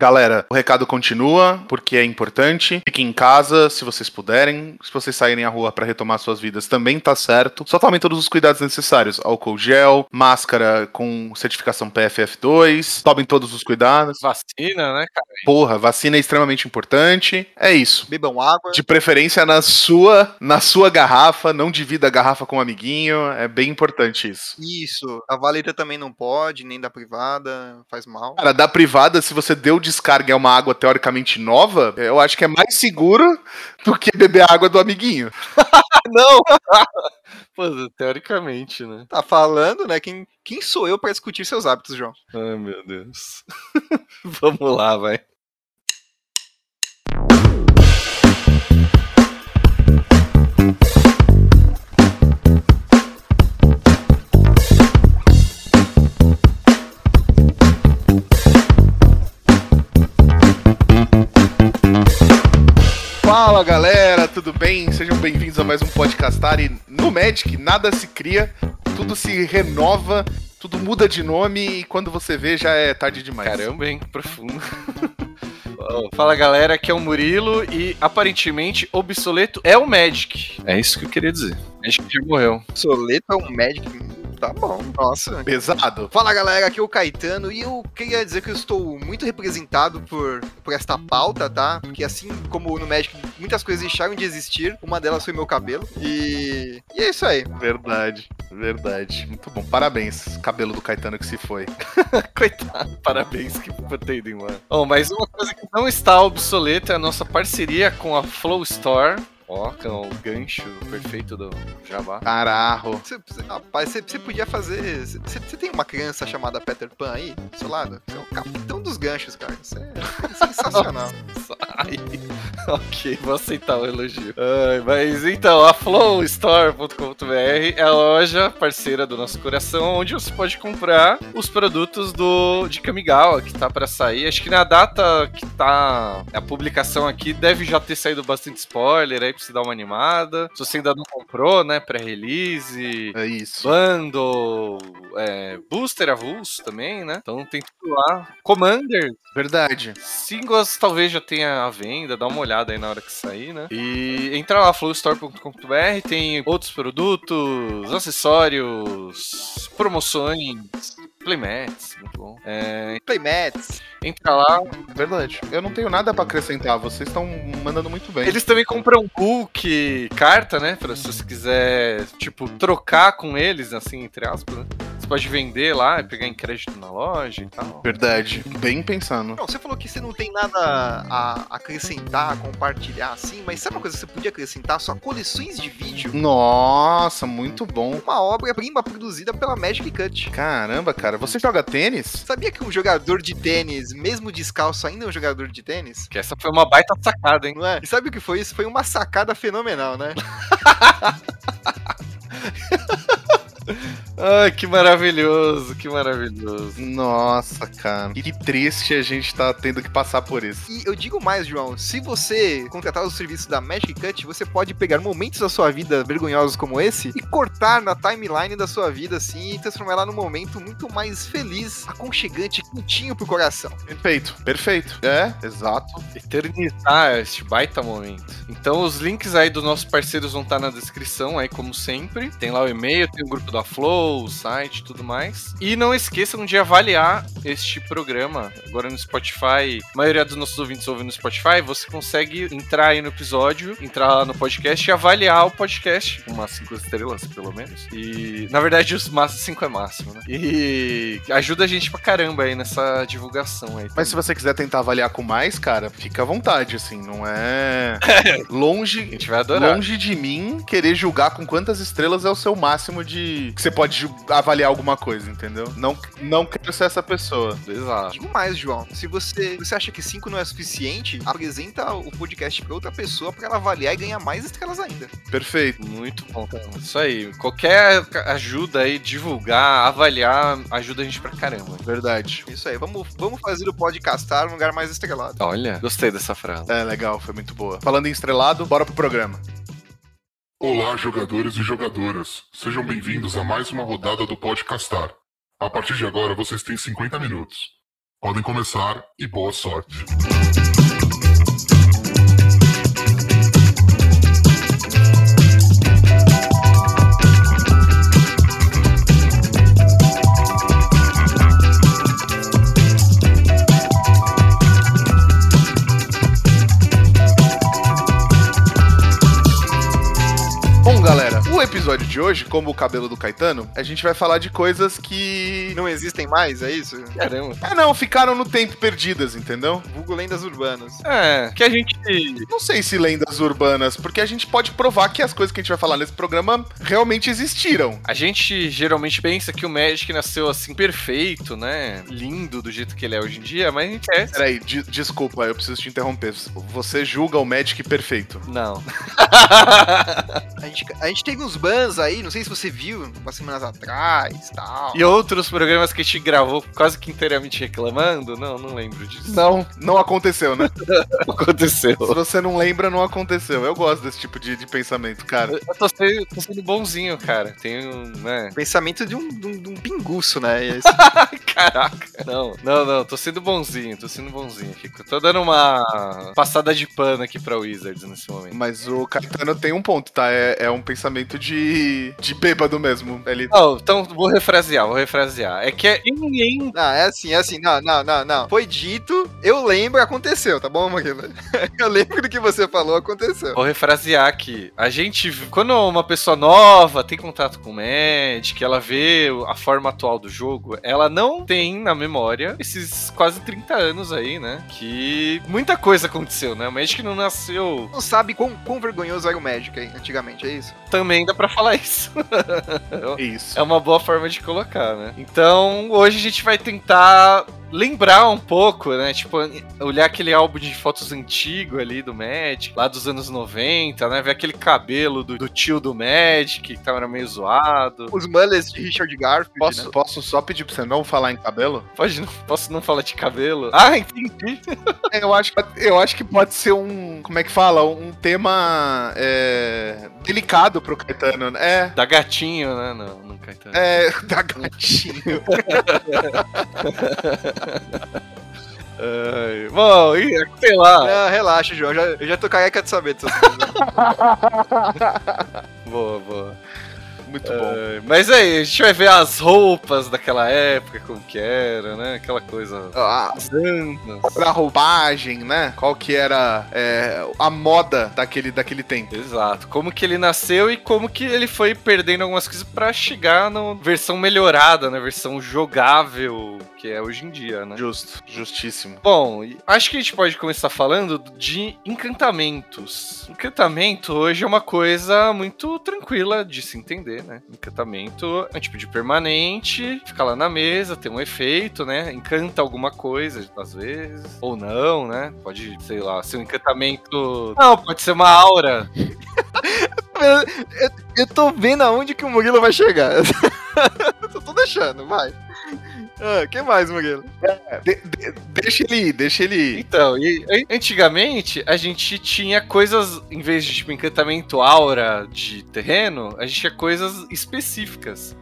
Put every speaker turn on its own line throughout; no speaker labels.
Galera, o recado continua, porque é importante. Fiquem em casa, se vocês puderem. Se vocês saírem à rua para retomar suas vidas, também tá certo. Só tomem todos os cuidados necessários: álcool gel, máscara com certificação PFF2. Tomem todos os cuidados.
Vacina, né, cara?
Porra, vacina é extremamente importante. É isso.
Bebam água.
De preferência na sua, na sua garrafa, não divida a garrafa com um amiguinho, é bem importante isso.
Isso. A valeta também não pode, nem da privada, faz mal.
Cara, da privada, se você deu descarga é uma água teoricamente nova, eu acho que é mais seguro do que beber a água do amiguinho.
Não! Pô, teoricamente, né?
Tá falando, né? Quem, quem sou eu pra discutir seus hábitos, João?
Ai, meu Deus. Vamos lá, vai.
Fala galera, tudo bem? Sejam bem-vindos a mais um podcastar e no Magic nada se cria, tudo se renova, tudo muda de nome e quando você vê já é tarde demais.
Caramba, hein? Profundo. Uau. Fala galera, aqui é o Murilo e aparentemente obsoleto é o Magic. É isso que eu queria dizer. Magic já morreu.
Soleto é um médico. Tá bom, nossa.
Pesado.
Fala galera, aqui é o Caetano e eu queria dizer que eu estou muito representado por, por esta pauta, tá? Porque assim como no Magic muitas coisas deixaram de existir, uma delas foi meu cabelo. E, e é isso aí.
Verdade, verdade. Muito bom. Parabéns, cabelo do Caetano que se foi.
Coitado, parabéns que potendem lá. Bom, mas uma coisa que não está obsoleta é a nossa parceria com a Flow Store. Ó, que é o gancho perfeito do Jabá.
Cararro.
Você, você- rapaz, você, você podia fazer. Você, você tem uma criança chamada Peter Pan aí do seu lado? Você é o capitão dos ganchos, cara. Isso é, é sensacional.
Sai. ok, vou aceitar o elogio. Ai, mas então, a flowstore.com.br é a loja parceira do nosso coração, onde você pode comprar os produtos do de Kamigawa, que tá pra sair. Acho que na data que tá a publicação aqui, deve já ter saído bastante spoiler aí pra você dar uma animada. Se você ainda não comprou, né, pré-release...
É isso.
Bundle, é, Booster Avulso também, né? Então tem tudo lá. Commander,
Verdade.
Singles talvez já tenha à venda, dá uma olhada aí na hora que sair, né? E entra lá, flowstore.com.br, tem outros produtos, acessórios, promoções, playmats, muito bom. É,
Playmats.
Entra lá,
Verdade. Eu não tenho nada pra acrescentar, vocês estão mandando muito bem.
eles também compram um book, carta, né? Pra se você quiser, tipo, trocar com eles, assim, entre aspas, né? Você pode vender lá e pegar em crédito na loja e tal.
Verdade. Bem pensando.
Não, você falou que você não tem nada a acrescentar, compartilhar assim, mas sabe uma coisa que você podia acrescentar? Só coleções de vídeo.
Nossa, muito bom.
Uma obra-prima produzida pela Magic Cut.
Caramba, cara. Você joga tênis?
Sabia que um jogador de tênis, mesmo descalço, ainda é um jogador de tênis?
Que essa foi uma baita sacada, hein?
Não é? E sabe o que foi isso? Foi uma sacada fenomenal, né?
Ai, que maravilhoso, que maravilhoso.
Nossa, cara. Que triste a gente tá tendo que passar por isso.
E eu digo mais, João, se você contratar o serviço da Magic Cut, você pode pegar momentos da sua vida vergonhosos como esse e cortar na timeline da sua vida assim e transformar ela num momento muito mais feliz, aconchegante, quentinho pro coração.
Perfeito, perfeito. É, exato.
eternizar este baita momento. Então os links aí dos nossos parceiros vão estar na descrição, aí como sempre. Tem lá o e-mail, tem o grupo da Flow, o site e tudo mais. E não esqueçam de avaliar este programa agora no Spotify. A maioria dos nossos ouvintes ouve no Spotify. Você consegue entrar aí no episódio, entrar lá no podcast e avaliar o podcast. Umas cinco estrelas, pelo menos. E, na verdade, os máximos 5 é máximo, né? E ajuda a gente pra caramba aí nessa divulgação aí.
Mas se você quiser tentar avaliar com mais, cara, fica à vontade, assim, não é.
A
Longe.
gente vai adorar.
Longe de mim querer julgar com quantas estrelas é o seu máximo de. que você pode ju- avaliar alguma coisa, entendeu? Não, não quero ser essa pessoa.
Exato.
Digo mais, João, se você, você acha que 5 não é suficiente, apresenta o podcast pra outra pessoa pra ela avaliar e ganhar mais estrelas ainda.
Perfeito.
Muito bom. Isso aí. Qualquer ajuda aí, divulgar, avaliar, ajuda a gente pra caramba.
Verdade.
É Isso aí, vamos, vamos fazer o podcastar um lugar mais estrelado.
Olha, gostei dessa frase.
É, legal, foi muito boa. Falando em estrelado, bora pro programa.
Olá, jogadores e jogadoras. Sejam bem-vindos a mais uma rodada do Podcastar. A partir de agora, vocês têm 50 minutos. Podem começar e boa sorte.
Bom, galera, o episódio de hoje, como o cabelo do Caetano, a gente vai falar de coisas que.
Não existem mais, é isso?
Caramba.
É, não, ficaram no tempo perdidas, entendeu?
Vulgo lendas urbanas.
É, que a gente.
Não sei se lendas urbanas, porque a gente pode provar que as coisas que a gente vai falar nesse programa realmente existiram.
A gente geralmente pensa que o Magic nasceu assim perfeito, né? Lindo do jeito que ele é hoje em dia, mas a gente é.
Peraí, de desculpa, eu preciso te interromper. Você julga o Magic perfeito.
Não.
A gente, a gente teve uns bans aí, não sei se você viu, umas semanas atrás tal.
E outros programas que a gente gravou quase que inteiramente reclamando? Não, não lembro disso.
Não, não aconteceu, né?
Não aconteceu.
Se você não lembra, não aconteceu. Eu gosto desse tipo de, de pensamento, cara.
Eu tô sendo, tô sendo bonzinho, cara. Tenho, né?
Pensamento de um, de um, de um pinguço, né? Esse-
Caraca. Não, não, não. Tô sendo bonzinho, tô sendo bonzinho. Kiko. Tô dando uma passada de pano aqui pra Wizards nesse momento.
Mas o Caetano tem um ponto, tá? É, é um pensamento de, de bêbado mesmo. Ele
Não, então vou refrasear, vou refrasear. É que é ninguém.
Não, é assim, é assim. Não, não, não, não. Foi dito, eu lembro, aconteceu, tá bom, Maquila? Eu lembro do que você falou, aconteceu.
Vou refrasear aqui. A gente, quando uma pessoa nova tem contato com o Magic, ela vê a forma atual do jogo, ela não tem na memória esses quase 30 anos aí, né? Que muita coisa aconteceu, né? O Magic não nasceu.
Não sabe quão, quão vergonhoso era o Magic aí, antigamente, é isso?
Também dá pra falar isso.
é isso.
É uma boa forma de colocar, né? Então, hoje a gente vai tentar lembrar um pouco, né? Tipo, olhar aquele álbum de fotos antigo ali do Magic, lá dos anos 90, né? Ver aquele cabelo do, do tio do Magic, que tava meio zoado.
Os mullets de Richard Garfield, né?
Posso, posso só pedir pra você não falar em cabelo?
Pode, não, posso não falar de cabelo? Ah, entendi.
Eu acho, eu acho que pode ser um. Como é que fala? Um tema é, delicado pro Caetano. né?
Da gatinho, né? Não, nunca então.
É. É, da gatinho.
Ai, bom, e, sei lá.
Não, relaxa, João. já- eu já tô careca de saber disso.
Boa, boa.
Muito bom.
Ai, é, mas aí, a gente vai ver as roupas daquela época, como que era, né? Aquela coisa
Ah,
A, a roupagem, né? Qual que era é, a moda daquele, daquele tempo.
Exato. Como que ele nasceu e como que ele foi perdendo algumas coisas pra chegar na versão melhorada, na versão jogável que é hoje em dia, né?
Justo, justíssimo.
Bom, e acho que a gente pode começar falando de encantamentos. Encantamento hoje é uma coisa muito tranquila de se entender, né? Encantamento é um tipo de permanente, fica lá na mesa, tem um efeito, né? Encanta alguma coisa, às vezes, ou não, né? Pode, sei lá, ser um encantamento. Não, pode ser uma aura.
Eu, eu tô vendo aonde que o Murilo vai chegar. eu tô deixando, vai. O que mais, Murilo?
De- de- deixa ele ir, deixa ele ir.
Então, e an- antigamente a gente tinha coisas, em vez de tipo encantamento aura de terreno, a gente tinha coisas específicas.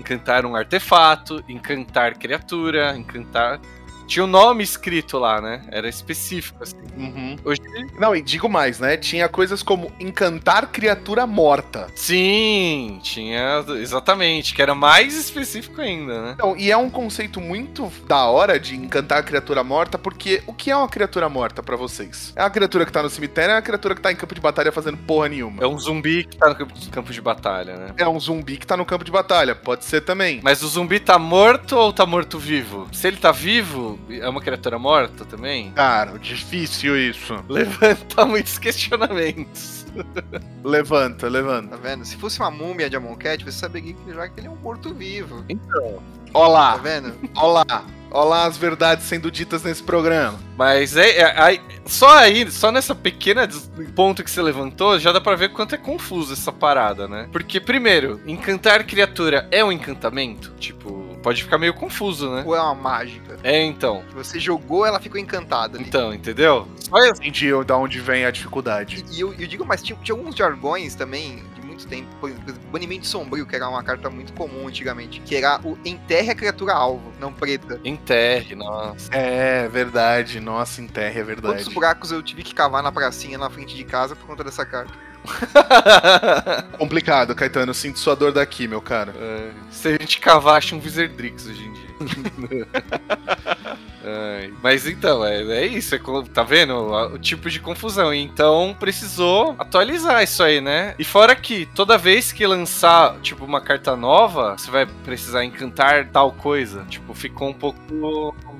Encantar um artefato, encantar criatura, encantar. Tinha o nome escrito lá, né? Era específico, assim.
Uhum.
Hoje,
Não, e digo mais, né? Tinha coisas como encantar criatura morta.
sim, tinha. Exatamente, que era mais específico ainda, né?
Então, e é um conceito muito da hora de encantar a criatura morta, porque o que é uma criatura morta pra vocês? É uma criatura que tá no cemitério, é uma criatura que tá em campo de batalha fazendo porra nenhuma.
É um zumbi que tá no campo de- campo de batalha, né?
É um zumbi que tá no campo de batalha, pode ser também.
Mas o zumbi tá morto ou tá morto vivo? Se ele tá vivo, é uma criatura morta também?
Cara, difícil isso.
Levanta Tá muitos questionamentos.
Levanta,
Tá
levanta.
vendo? Se fosse uma múmia de Amonkhet, você saberia que já que ele é um morto-vivo. Tá
Olá,
vendo?
olá. Olá as verdades sendo ditas nesse programa.
Mas é, é- aí- só aí, só nessa pequena des- ponto que você levantou, já dá pra ver quanto é confuso essa parada, né? Porque, primeiro, encantar criatura é um encantamento? Tipo, pode ficar meio confuso, né?
Ou é uma mágica?
É, então.
Você jogou, ela ficou encantada ali.
Então, entendeu? Só isso.
Entendi da onde vem a dificuldade.
E, e eu, eu digo, mas tinha, tinha alguns jargões também, de mu-
muito tempo. Por exemplo, banimento sombrio, que era uma carta muito comum antigamente, que era o enterre a criatura alvo, não preta.
Enterre, nossa.
É, verdade. Nossa, enterra, é verdade.
Quantos buracos eu tive que cavar na pracinha na frente de casa por conta dessa carta?
Complicado, Caetano. Eu sinto sua dor daqui, meu cara.
É, se a gente cavar, acha um Wizardrix hoje em dia. Ai, mas então, é, é isso. é co- tá vendo? O, o tipo de confusão. Então precisou atualizar isso aí, né? E fora que toda vez que lançar, tipo, uma carta nova, você vai precisar encantar tal coisa. Tipo, ficou um pouco.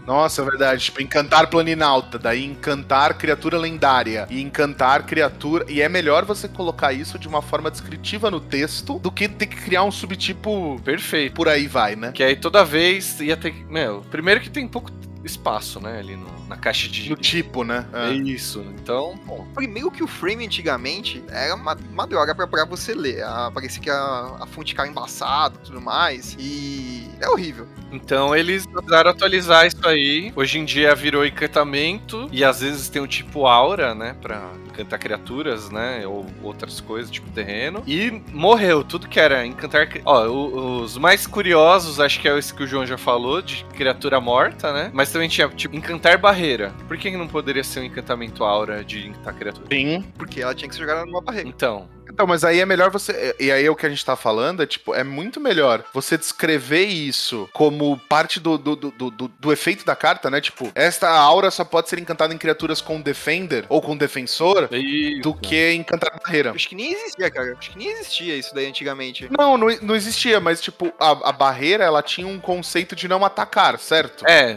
Nossa, é verdade. Tipo, encantar planinalta, daí encantar criatura lendária. E encantar criatura. E é melhor você colocar isso de uma forma descritiva no texto do que ter que criar um subtipo
Perfeito.
por aí vai, né?
Que aí toda vez ia ter que. Meu, primeiro que tem pouco espaço, né? Ali no- na caixa de.
No tipo, né?
É
É.
isso. Então, bom.
Primeiro que o frame antigamente era uma, uma droga pra, pra você ler. Ah, parecia que a, a fonte ficava embaçada e tudo mais. E é horrível.
Então eles precisaram atualizar isso aí. Hoje em dia virou encantamento e às vezes tem um tipo aura, né, Pra encantar criaturas, né, ou outras coisas, tipo terreno. E morreu tudo que era encantar. cri- Ó, o- os mais curiosos, acho que é esse que o João já falou de criatura morta, né? Mas também tinha tipo encantar barreira. Por que que não poderia ser um encantamento aura de encantar criatura?
Sim.
Porque ela tinha que ser jogada numa barreira.
Então,
Então, mas aí é melhor você. E aí é o que a gente tá falando, é tipo, é muito melhor você descrever isso como parte do, do, do, do, do- do efeito da carta, né? Tipo, esta aura só pode ser encantada em criaturas com defender ou com defensor
e
do que encantar barreira.
Acho que nem existia, cara. Acho que nem existia isso daí antigamente.
Não, não, não existia, mas tipo, a, a barreira ela tinha um conceito de não atacar, certo?
É,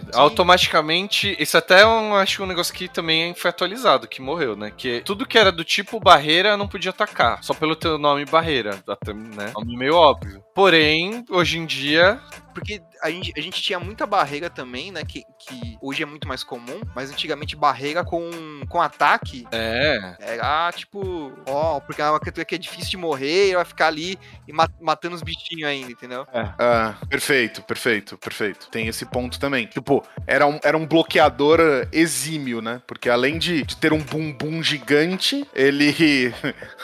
automaticamente. Isso até é um, acho um negócio que também foi atualizado, que morreu, né? Que tudo que era do tipo barreira não podia atacar. Só pelo teu nome barreira. Até, né? Nome meio óbvio. Porém, hoje em dia.
Porque a gente, a gente tinha muita barreira também, né? Que, que hoje é muito mais comum. Mas antigamente barreira com, com ataque
É.
era tipo, ó, porque é uma criatura que é difícil de morrer e ela vai ficar ali e ma- matando os bichinhos ainda, entendeu?
Ah, perfeito, perfeito, perfeito. Tem esse ponto também. Tipo, era um, era um bloqueador eh, exímio, né? Porque além de, de ter um bumbum gigante, ele.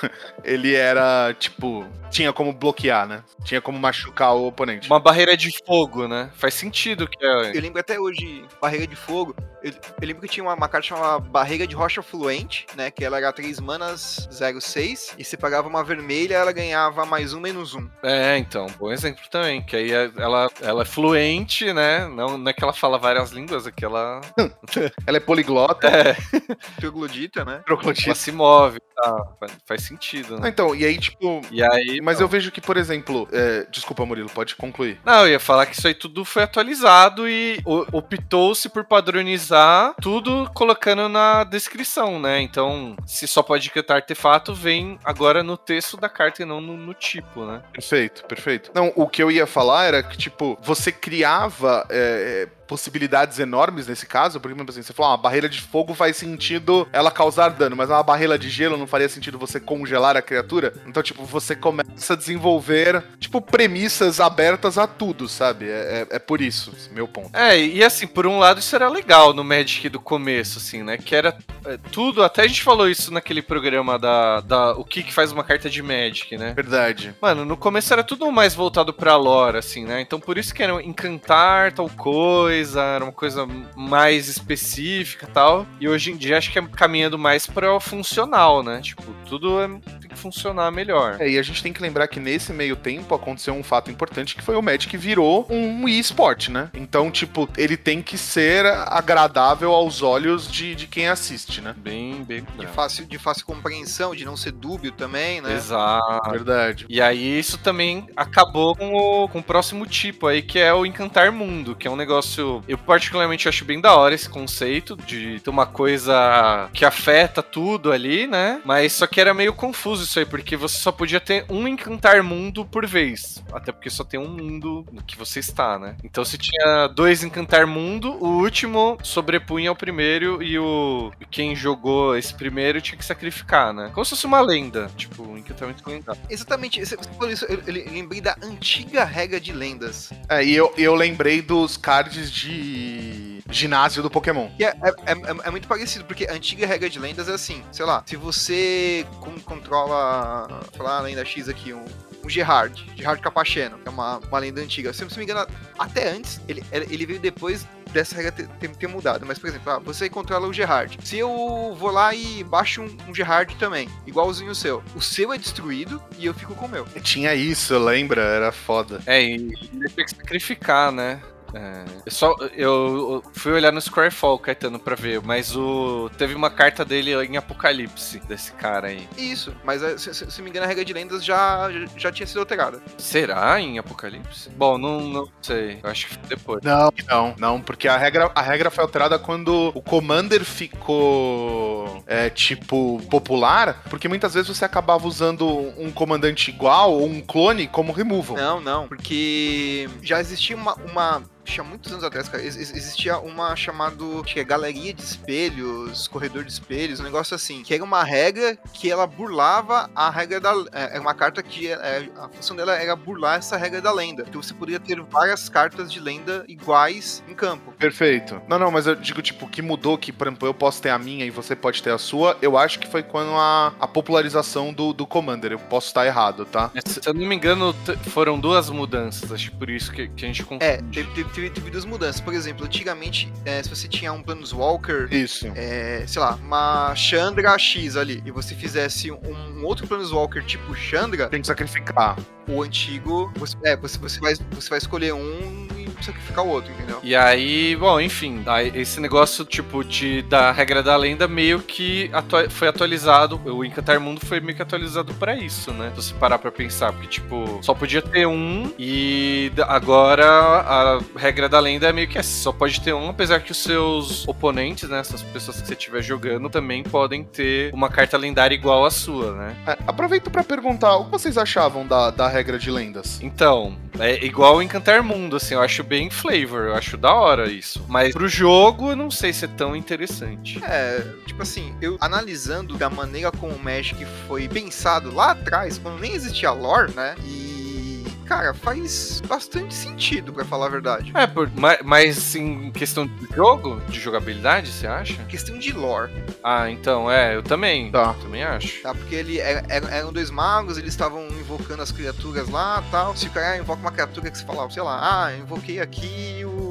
ele era, tipo. Tinha como bloquear, né? Tinha como machucar o oponente.
Uma barreira de fogo, né? Faz sentido que é.
Eu lembro até hoje, Barreira de Fogo. Eu, eu lembro que tinha uma, uma carta chamada Barreira de Rocha Fluente, né? Que ela era 3 manas 06. E se pagava uma vermelha, ela ganhava mais um, menos um.
É, então, bom exemplo também. Que aí é- ela, ela é fluente, né? Não, não é que ela fala várias línguas, é que ela,
Ela é poliglota,
Troglodita, né?
ela
troglodita.
se move, tá? Faz- Faz sentido,
Ah,
né?
Então, e aí, tipo.
E aí.
Mas eu vejo que, por exemplo. eh, desculpa, Murilo, pode concluir.
Não, eu ia falar que isso aí tudo foi atualizado e o- optou-se por padronizar tudo colocando na descrição, né? Então, se só pode cantar artefato, vem agora no texto da carta e não no, no tipo, né?
Perfeito, perfeito. Não, o que eu ia falar era que, tipo, você criava é, é, possibilidades enormes nesse caso, porque, por exemplo, assim, você falou, ah, uma barreira de fogo faz sentido ela causar dano, mas uma barreira de gelo não faria sentido você congelar a criatura? Então, tipo, você começa a desenvolver, tipo, premissas abertas a tudo, sabe? É, é- é por isso, esse meu ponto.
É, e assim, por um lado isso era legal no Magic do começo, assim, né? Que era é, tudo, até a gente falou isso naquele programa da, da o que que faz uma carta de Magic, né?
Verdade.
Mano, no começo era tudo mais voltado pra lore, assim, né? Então por isso que era encantar tal coisa, era uma coisa mais específica e tal. E hoje em dia acho que é caminhando mais pra o funcional, né? Tipo, tudo é- tem que funcionar melhor.
É, e a gente tem que lembrar que nesse meio tempo aconteceu um fato importante que foi o Magic virou um e-sport, né? Então, tipo, ele tem que ser agradável aos olhos de, de quem assiste, né?
É. Bem, bem.
De fácil, de fácil compreensão, de não ser dúbio também, né?
Exato.
Verdade.
E aí isso também acabou com o, com o próximo tipo aí, que é o Encantar Mundo, que é um negócio... Eu particularmente acho bem da hora esse conceito de ter uma coisa que afeta tudo ali, né? Mas só que era meio confuso isso aí, porque você só podia ter um Encantar Mundo por vez. Até porque só tem um mundo no que você está, né? Então se tinha dois Encantar Mundo, o último sobrepunha o primeiro e o quem jogou esse primeiro tinha que sacrificar, né? Como se fosse uma lenda, tipo, um encantamento lendário.
Exatamente. Você- você falou isso, eu, eu lembrei da antiga regra de lendas.
É, e eu, eu lembrei dos cards de ginásio do Pokémon.
Que é, é- é- é muito parecido, porque a antiga regra de lendas é assim, sei lá, se você con- controla a. falar a lenda X aqui, um. Um Gerard, Gerard Capacheno, que é uma, uma lenda antiga. Se eu não me engano, até antes, ele, ele veio depois dessa regra ter, ter- ter mudado. Mas, por exemplo, ah, você controla o Gerard. Se eu vou lá e baixo um, um Gerard também, igualzinho o seu, o seu é destruído e eu fico com o meu.
Tinha isso, lembra? Era foda.
É, e ele tem que sacrificar, né? É, eu só eu eu fui olhar no Squarefall, Caetano, pra ver, mas o teve uma carta dele em Apocalipse desse cara aí.
Isso, mas eh, se, se, se me engano, a regra de lendas já, já tinha sido alterada.
Será em Apocalipse? Bom, não, não sei. Eu acho que foi depois.
Não, não, não, porque a regra, a regra foi alterada quando o Commander ficou, é, tipo, popular, porque muitas vezes você acabava usando um comandante igual ou um clone como removal.
Não, não, porque já existia uma. uma tinha muitos anos atrás, cara, ex- ex- existia uma chamada que é galeria de espelhos, corredor de espelhos, um negócio assim, que era uma regra que ela burlava a regra da. É é uma carta que é, a função dela era burlar essa regra da lenda. Então você poderia ter várias cartas de lenda iguais em campo.
Perfeito. Não, não, mas eu digo, tipo, que mudou, que, por exemplo, eu posso ter a minha e você pode ter a sua, eu acho que foi quando a, a popularização do, do Commander. Eu posso estar errado, tá?
É, Se se eu não me engano, t- foram duas mudanças, acho que por isso que, que a gente confunde.
É, teve, teve, teve, teve duas mudanças. Por exemplo, antigamente, é, se você tinha um Planeswalker
Isso.
é, sei lá, uma Chandra X ali, e você fizesse um, um outro Planeswalker tipo Chandra,
Tem que sacrificar.
o antigo, você, é, você, você, vai, você vai escolher um e sacrificar o outro, entendeu?
E aí, bom, enfim, aí esse negócio, tipo, de, da regra da lenda meio que atua- foi atualizado. O Encantar Mundo foi meio que atualizado pra isso, né? Se você parar pra pensar, porque, tipo, só podia ter um e da- agora a regra da lenda é meio que essa. Só pode ter um, apesar que os seus oponentes, né? Essas pessoas que você estiver jogando também podem ter uma carta lendária igual à sua, né?
É, aproveito pra perguntar, o que vocês achavam da, da regra de lendas?
Então, é igual Encantar Mundo, assim, eu acho bem flavor, eu acho da hora isso. Mas pro jogo eu não sei se é tão interessante.
É, tipo assim, eu analisando da maneira como o Magic foi pensado lá atrás, quando nem existia lore, né? E, cara, faz bastante sentido, pra falar a verdade.
É, por, ma- mas em questão de jogo, de jogabilidade, você acha?
Questão de lore,
Ah, então, é, eu também.
Tá.
Eu também acho.
tá? Porque ele era- era- eram um dois magos, eles estavam invocando as criaturas lá tal. Se o cara ah, invoca uma criatura que você falava, sei lá, ah, invoquei aqui o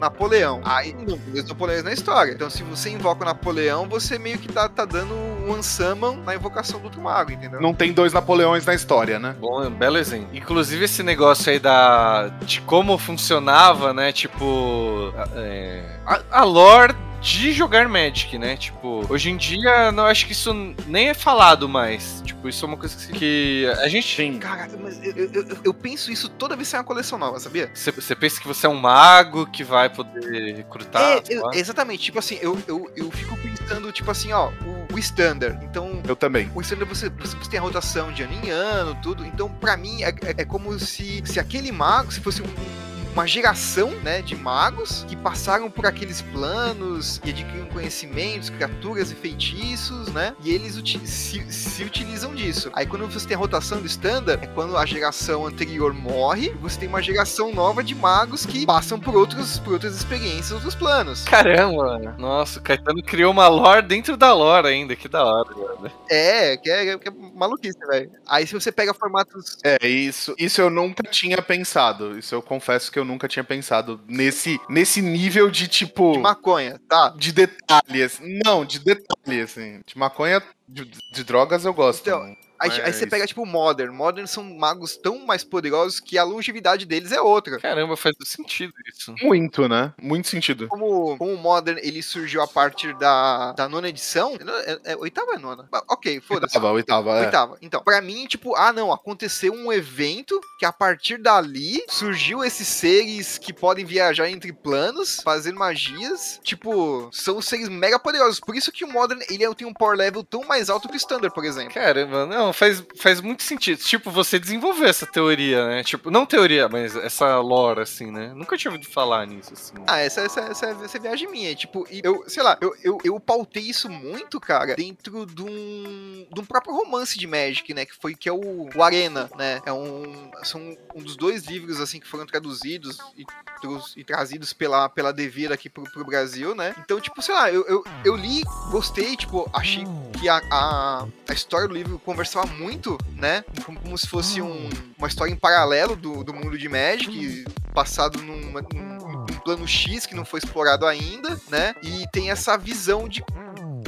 Napoleão. Aí não tem dois Napoleões na história. Então se você invoca o Napoleão, você meio que tá, tá dando um unsummon na invocação do outro mago, entendeu?
Não tem dois Napoleões na história, né?
Bom, é um belo exemplo. Inclusive esse negócio aí da de como funcionava, né? Tipo, a- é, a, a lore de jogar Magic, né? Tipo, hoje em dia não acho que isso nem é falado mais. Tipo, isso é uma coisa que, se- que a gente
Sim.
Cara, mas eu, eu- eu- eu penso isso toda vez que sai uma coleção nova, sabia?
Você- Você pensa que você é um mago que vai poder recrutar?
é,
sei
eu-
lá.
exatamente, tipo assim, eu, eu, eu fico pensando, tipo assim, ó, o, o standard. Então,
Eu também.
O Standard você, você você tem a rotação de ano em ano, tudo. Então, pra mim, é, é- é como se, se aquele mago, se fosse um- um- uma geração, né, de magos que passaram por aqueles planos e adquiriram conhecimentos, criaturas e feitiços, né? E eles uti- se, se utilizam disso. Aí quando você tem a rotação do standard, é quando a geração anterior morre, você tem uma geração nova de magos que passam por outros por outras experiências, outros planos.
Caramba! Nossa, o Caetano criou uma lore dentro da lore ainda, que da hora. velho.
É, que é, que é maluquice, velho. Aí se você pega formatos
É, isso, isso eu nunca tinha pensado. Isso eu confesso que eu nunca tinha pensado nesse, nesse nível de tipo
de maconha, tá?
de detalhe, assim. Não, de detalhe, assim. De maconha, de, de drogas eu gosto.
Então, Aí,
Mas-
aí você pega, tipo, Modern. Modern são magos tão mais poderosos que a longevidade deles é outra.
Caramba, faz sentido isso.
Muito, né? Muito sentido.
Como, como o Modern ele surgiu a partir da, da nona edição, é, é oitava ou é nona? Bah, Ok, foda-se.
Oitava, oitava, é.
Oitava. Então, pra mim, tipo, ah, não, aconteceu um evento que a partir dali surgiu esses seres que podem viajar entre planos, fazer magias. Tipo, são seres mega poderosos. Por isso que o Modern, ele é- tem um power level tão mais alto que o Standard, por exemplo.
Caramba, não, faz, faz muito sentido. Tipo, você desenvolveu essa teoria, né? Tipo, não teoria, mas essa lore, assim, né? Nunca tinha ouvido falar nisso, assim.
Ah, essa, essa, essa, essa viagem minha. Tipo, e eu, sei lá, eu, eu, eu pautei isso muito, cara, dentro de um, de um próprio romance de Magic, né? Que foi que é o, o Arena, né? É um. São um dos dois livros, assim, que foram traduzidos e, trus- e trazidos pela, pela Devir aqui pro, pro Brasil, né? Então, tipo, sei lá, eu, eu, eu li, gostei, tipo, achei que a, a, a história do livro conversava muito, né? Como, como se fosse um- uma história em paralelo do, do mundo de Magic, passado numa- num, num plano X que não foi explorado ainda, né? E tem essa visão de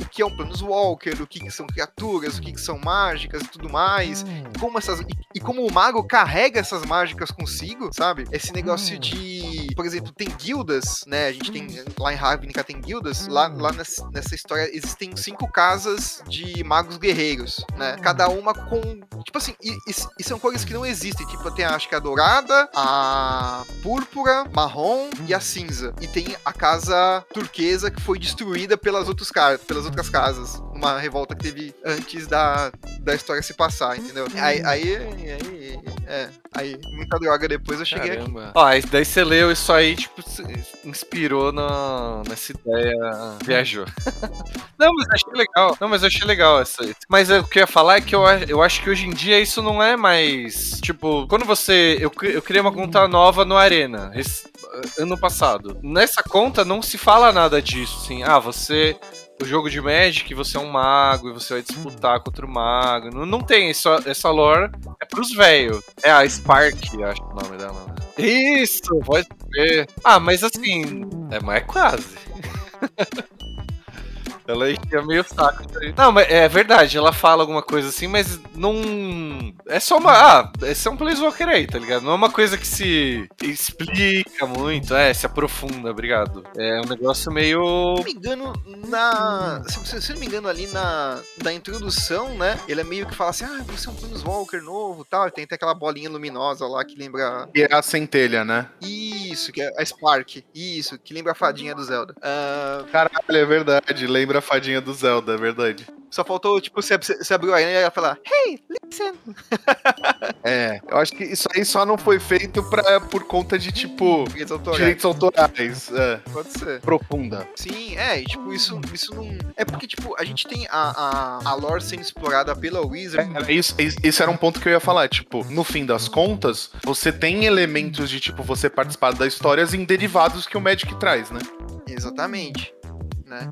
o que é um Planeswalker, o que, que são criaturas, o que, que são mágicas e tudo mais como essas e, e como o mago carrega essas mágicas consigo, sabe? Esse negócio de, por exemplo, tem guildas, né? A gente tem lá em Ravnica tem guildas. Lá, lá nessa, nessa história existem cinco casas de magos guerreiros, né? Cada uma com tipo assim e, e- e são cores que não existem. Tipo tem acho que a dourada, a púrpura, marrom e a cinza. E tem a casa turquesa que foi destruída pelas outras casas, pelas outras casas, numa revolta que teve antes da da história se passar, entendeu? Aí, aí, aí, é, aí, muita droga depois eu cheguei aqui.
Caramba. Ó, esse- daí você leu isso aí, tipo, se- inspirou na, nessa ideia. Viajou. não, mas eu achei legal. Não, mas eu achei legal essa. Mas é, o que eu ia falar é que eu, a- eu acho que hoje em dia isso não é mais. Tipo, quando você. Eu, cri- eu criei uma conta nova no Arena. esse- ano passado. Nessa conta não se fala nada disso, assim. Ah, você. O jogo de Magic, você é um mago e você vai disputar contra o mago. Não, não tem essa, essa lore. É pros velhos. É a Spark, acho o nome dela. né? Isso, pode ser. Ah, mas assim, é, mas é quase. Ela enchia meio o saco. disso aí. Não, mas é verdade, ela fala alguma coisa assim, mas não. É só uma. Ah, esse é um Planeswalker aí, tá ligado? Não é uma coisa que se explica muito, é, se aprofunda, obrigado. É um negócio meio.
Se não me engano, na. Se, se- se não me engano, ali na da introdução, né? Ele é meio que fala assim: ah, você é um Planeswalker novo e tal. e Tem até aquela bolinha luminosa lá que lembra.
E é a centelha, né?
Isso, que é a Spark. Isso, que lembra a fadinha do Zelda. Ah,
Caralho, é verdade. Lembra a fadinha do Zelda, é verdade.
só faltou, tipo, você, você abriu a arena e "Ah, ia falar: hey, listen.
É, eu acho que isso aí só não foi feito pra, por conta de, tipo,
Direitos autorais.
direitos autorais. É,
Pode ser.
profunda.
Sim, é, e, tipo, isso, isso não. É porque, tipo, a gente tem a, a, a lore sendo explorada pela Wizard.
Era Isso, isso- esse era um ponto que eu ia falar. Tipo, no fim das contas, você tem elementos de, tipo, você participar das histórias em derivados que o Magic traz, né?
Exatamente, né?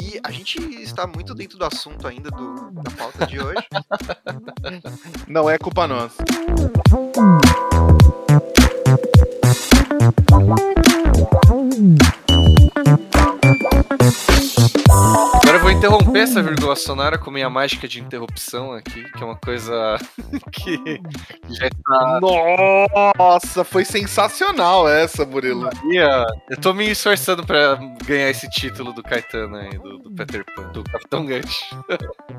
E a gente está muito dentro do assunto ainda do, da pauta de hoje.
Não é culpa nossa.
Agora eu vou interromper essa vírgula sonora com minha mágica de interrupção aqui, que é uma coisa que já está
Nossa, foi sensacional essa, Murilo.
Ia. Eu tô me esforçando pra ganhar esse título do Caetano aí, do, do Peter Pan, do Capitão Gancho.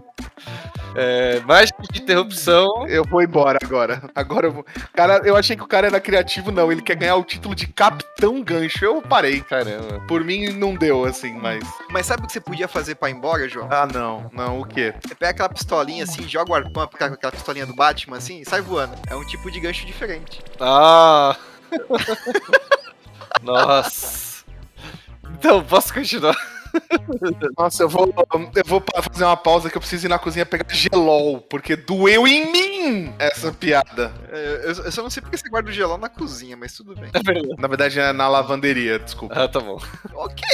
é, mágica de interrupção.
Eu vou embora agora. Agora eu vou. Cara, eu achei que o cara era criativo, não. Ele quer ganhar o título de Capitão Gancho. Eu parei.
Caramba.
Por mim não deu, assim, mas.
Mas sabe o que você podia fazer pra ir embora, João?
Ah, não. Não, o quê?
Você pega aquela pistolinha assim, joga o arpão, com aquela pistolinha do Batman assim, e sai voando. É um tipo de gancho diferente.
Ah! Nossa! Então, posso continuar?
Nossa, eu vou, eu vou pa- fazer uma pausa que eu preciso ir na cozinha pegar gelol, porque doeu em mim essa piada.
É, Eu, eu só não sei porque você guarda o gelão na cozinha, mas tudo bem.
Na verdade, é na lavanderia, desculpa.
Ah, tá bom.
ok,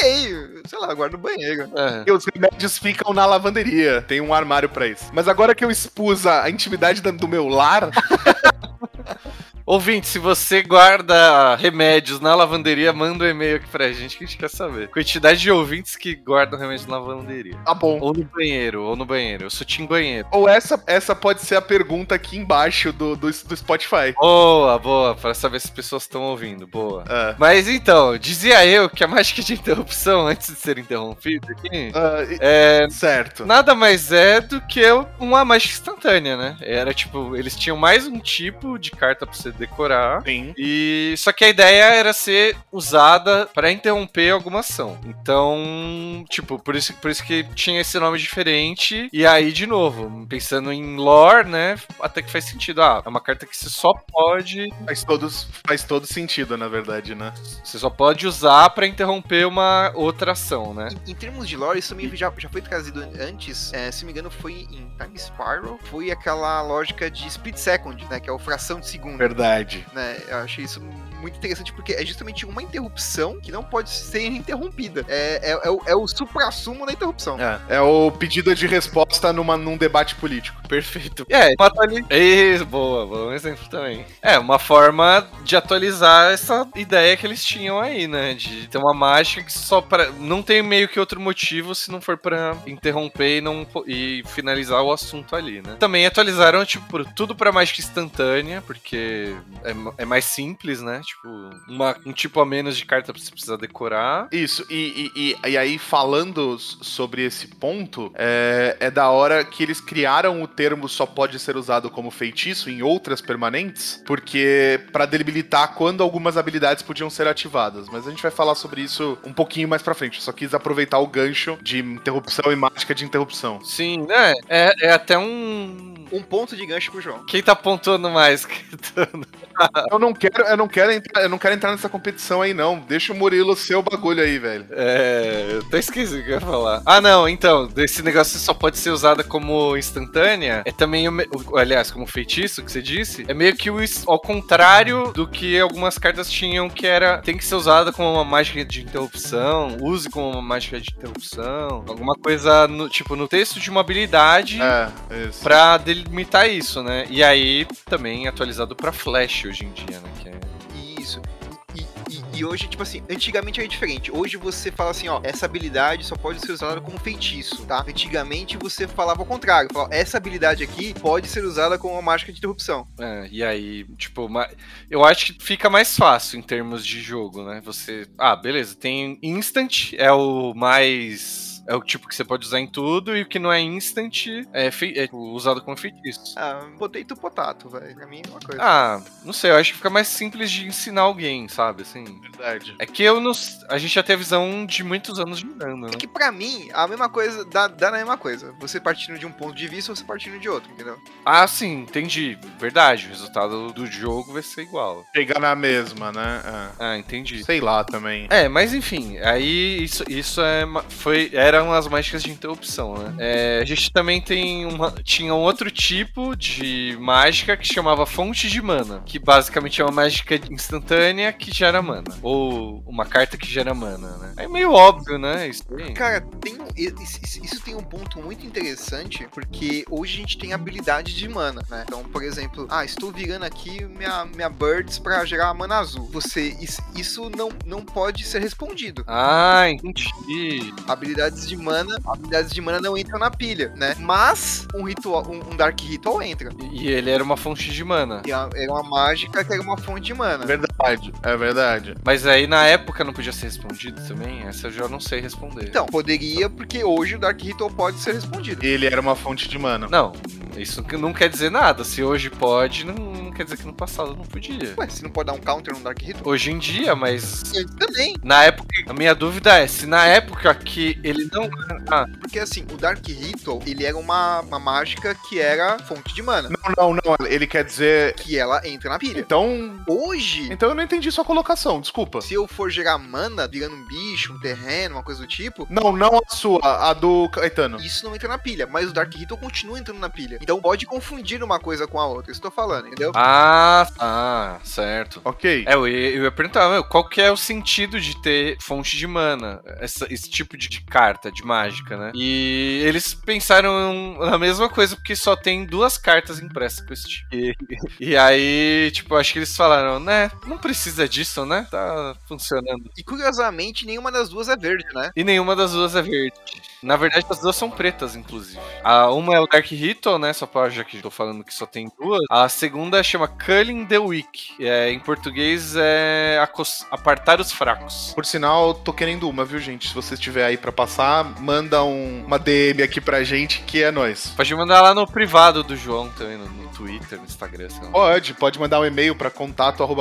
sei lá, eu guardo no banheiro.
É.
E os remédios ficam na lavanderia. Tem um armário pra isso. Mas agora que eu expus a a intimidade da- do meu lar,
Ouvinte, se você guarda remédios na lavanderia, manda um e-mail aqui pra gente que a gente quer saber. Quantidade de ouvintes que guardam remédios na lavanderia.
tá bom.
Ou no banheiro, ou no banheiro. Eu sou Tim Banheiro.
Ou essa, essa pode ser a pergunta aqui embaixo do, do, do Spotify.
Boa, boa, para saber se as pessoas estão ouvindo, boa.
Ah,
Mas então, dizia eu que a mágica de interrupção, antes de ser interrompido aqui,
ah, e-
é,
certo.
nada mais é do que uma mágica instantânea, né? Era tipo, eles tinham mais um tipo de carta pra você decorar.
Sim.
E só que a ideia era ser usada para interromper alguma ação. Então, tipo, por isso, por isso que tinha esse nome diferente. E aí, de novo, pensando em lore, né? Até que faz sentido. Ah, é uma carta que você só pode
Faz todo, faz todo sentido, na verdade, né?
Você só pode usar pra interromper uma outra ação, né?
Em, em termos de lore, isso meio que já, já foi trazido antes. É, se não me engano, foi em Time Spiral. Foi aquela lógica de split second, né? Que é o fração de segundo.
Verdade.
né? Eu achei isso muito muito interessante porque é justamente uma interrupção que não pode ser interrompida. É, é, é o, é o supra-sumo da interrupção.
É, é o pedido de resposta numa, num debate político.
Perfeito. É, mata ali. Ei, boa, bom exemplo também. É, uma forma de atualizar essa ideia que eles tinham aí, né? De ter uma mágica que só pra. Não tem meio que outro motivo se não for pra interromper e, não... po- e finalizar o assunto ali, né? Também atualizaram, tipo, pro- tudo pra mágica instantânea, porque é, ma- é mais simples, né? Tipo, uma- um tipo a menos de carta pra você precisar decorar.
Isso, e, e, e, e aí falando s- sobre esse ponto, é, é da hora que eles criaram o termo só pode ser usado como feitiço em outras permanentes, porque pra delimitar quando algumas habilidades podiam ser ativadas. Mas a gente vai falar sobre isso um pouquinho mais pra frente. Eu Só quis aproveitar o gancho de interrupção e mágica de interrupção.
Sim, né? É, é até um.
Um ponto de gancho pro João.
Quem tá apontando mais, Caetano?
Eu não quero, eu não quero entrar, eu não quero entrar nessa competição aí não. Deixa o Murilo ser o bagulho aí, velho.
É. Eu até esqueci o que eu ia falar. Ah, não, então. Esse negócio só pode ser usado como instantânea. É também. o me- o- aliás, como feitiço que você disse. É meio que o, is- ao contrário do que algumas cartas tinham, que era. Tem que ser usada como uma mágica de interrupção. Use como uma mágica de interrupção. Alguma coisa, no, tipo, no texto de uma habilidade.
É, isso.
Pra delimitar isso, né? E aí, também atualizado pra Flash hoje em dia, né? Que é
Isso. E, e- e hoje, tipo assim, antigamente era diferente. Hoje você fala assim, ó, essa habilidade só pode ser usada como feitiço, tá? Antigamente você falava o contrário. Falava, essa habilidade aqui pode ser usada como uma mágica de interrupção.
É, e aí, tipo, ma- eu acho que fica mais fácil em termos de jogo, né? Você. Ah, beleza, tem instant, é o mais. É o tipo que você pode usar em tudo, e o que não é instant é, fei- é usado como feitiço.
Ah, botei tu potato, velho. Pra mim é uma coisa.
Ah, não sei, eu acho que fica mais simples de ensinar alguém, sabe? Assim.
verdade.
É que eu não. s- A gente já tem a visão de muitos anos jogando,
É
né?
que pra mim, a mesma coisa dá, dá na mesma coisa. Você partindo de um ponto de vista, você partindo de outro, entendeu?
Ah, sim, entendi. Verdade, o resultado do jogo vai ser igual.
Pegar na mesma, né? É.
Ah, entendi.
Sei lá também.
É, mas enfim, aí isso, isso é, ma- foi, eram as mágicas de interrupção, né? É, a gente também tem uma, tinha um outro tipo de mágica que chamava fonte de mana, que basicamente é uma mágica instantânea que gera mana, ou uma carta que gera mana, né? É meio óbvio, né? Isso aí.
Cara, tem um- i- i- isso tem um ponto muito interessante, porque hoje a gente tem habilidade de mana, né? Então, por exemplo, ah, estou virando aqui minha, minha Birds pra gerar a mana azul. Você, is- isso não, não pode ser respondido.
Ah, entendi.
Habilidades de mana, habilidades de mana não entram na pilha, né? Mas um ritual, um, um Dark Ritual entra.
E ele era uma fonte de mana.
E a- Era uma mágica que era uma fonte de mana.
Verdade, é verdade.
Mas aí na época não podia ser respondido também? Essa eu já não sei responder.
Então, poderia, porque hoje o Dark Ritual pode ser respondido.
Ele era uma fonte de mana.
Não, isso que não quer dizer nada. Se hoje pode, não, não quer dizer que no passado não podia.
Ué, você não pode dar um counter no Dark Ritual?
Hoje em dia, mas.
Ele também,
Na época. A minha dúvida é se na época que ele não. Ah,
porque assim, o Dark Ritual, ele era uma, uma mágica que era fonte de mana,
Não, não, não. Ele quer dizer.
que ela entra na pilha.
Então.
Hoje,
Então eu não entendi sua colocação, desculpa.
se eu for gerar mana, virando um bicho, um terreno, uma coisa do tipo,
Não, não a sua, a do Caetano.
isso não entra na pilha, mas o Dark Ritual continua entrando na pilha. Então pode confundir uma coisa com a outra, isso que eu tô falando, entendeu?
ah, tá, certo.
Ok.
É, eu ia, eu ia perguntar, meu, qual que é o sentido de ter fonte de mana? Essa- esse tipo de, de carta, de mágica, né? E eles pensaram um, na mesma coisa, porque só tem duas cartas impressas com esse tipo. E, e aí, tipo, acho que eles falaram, né? Não precisa disso, né? Tá funcionando.
E curiosamente, nenhuma das duas é verde, né?
E nenhuma das duas é verde. Na verdade, as duas são pretas, inclusive. A uma é o Dark Ritual, né? Só pra, já que tô falando que só tem duas. A segunda chama Culling the Weak. É, em português é acos- apartar os fracos.
Por sinal, eu tô querendo uma, viu, gente? Se você estiver aí pra passar, manda um- uma DM aqui pra gente, que é nós.
Pode mandar lá no privado do João também, no, no Twitter, no Instagram, sei lá.
Pode, pode mandar um e-mail pra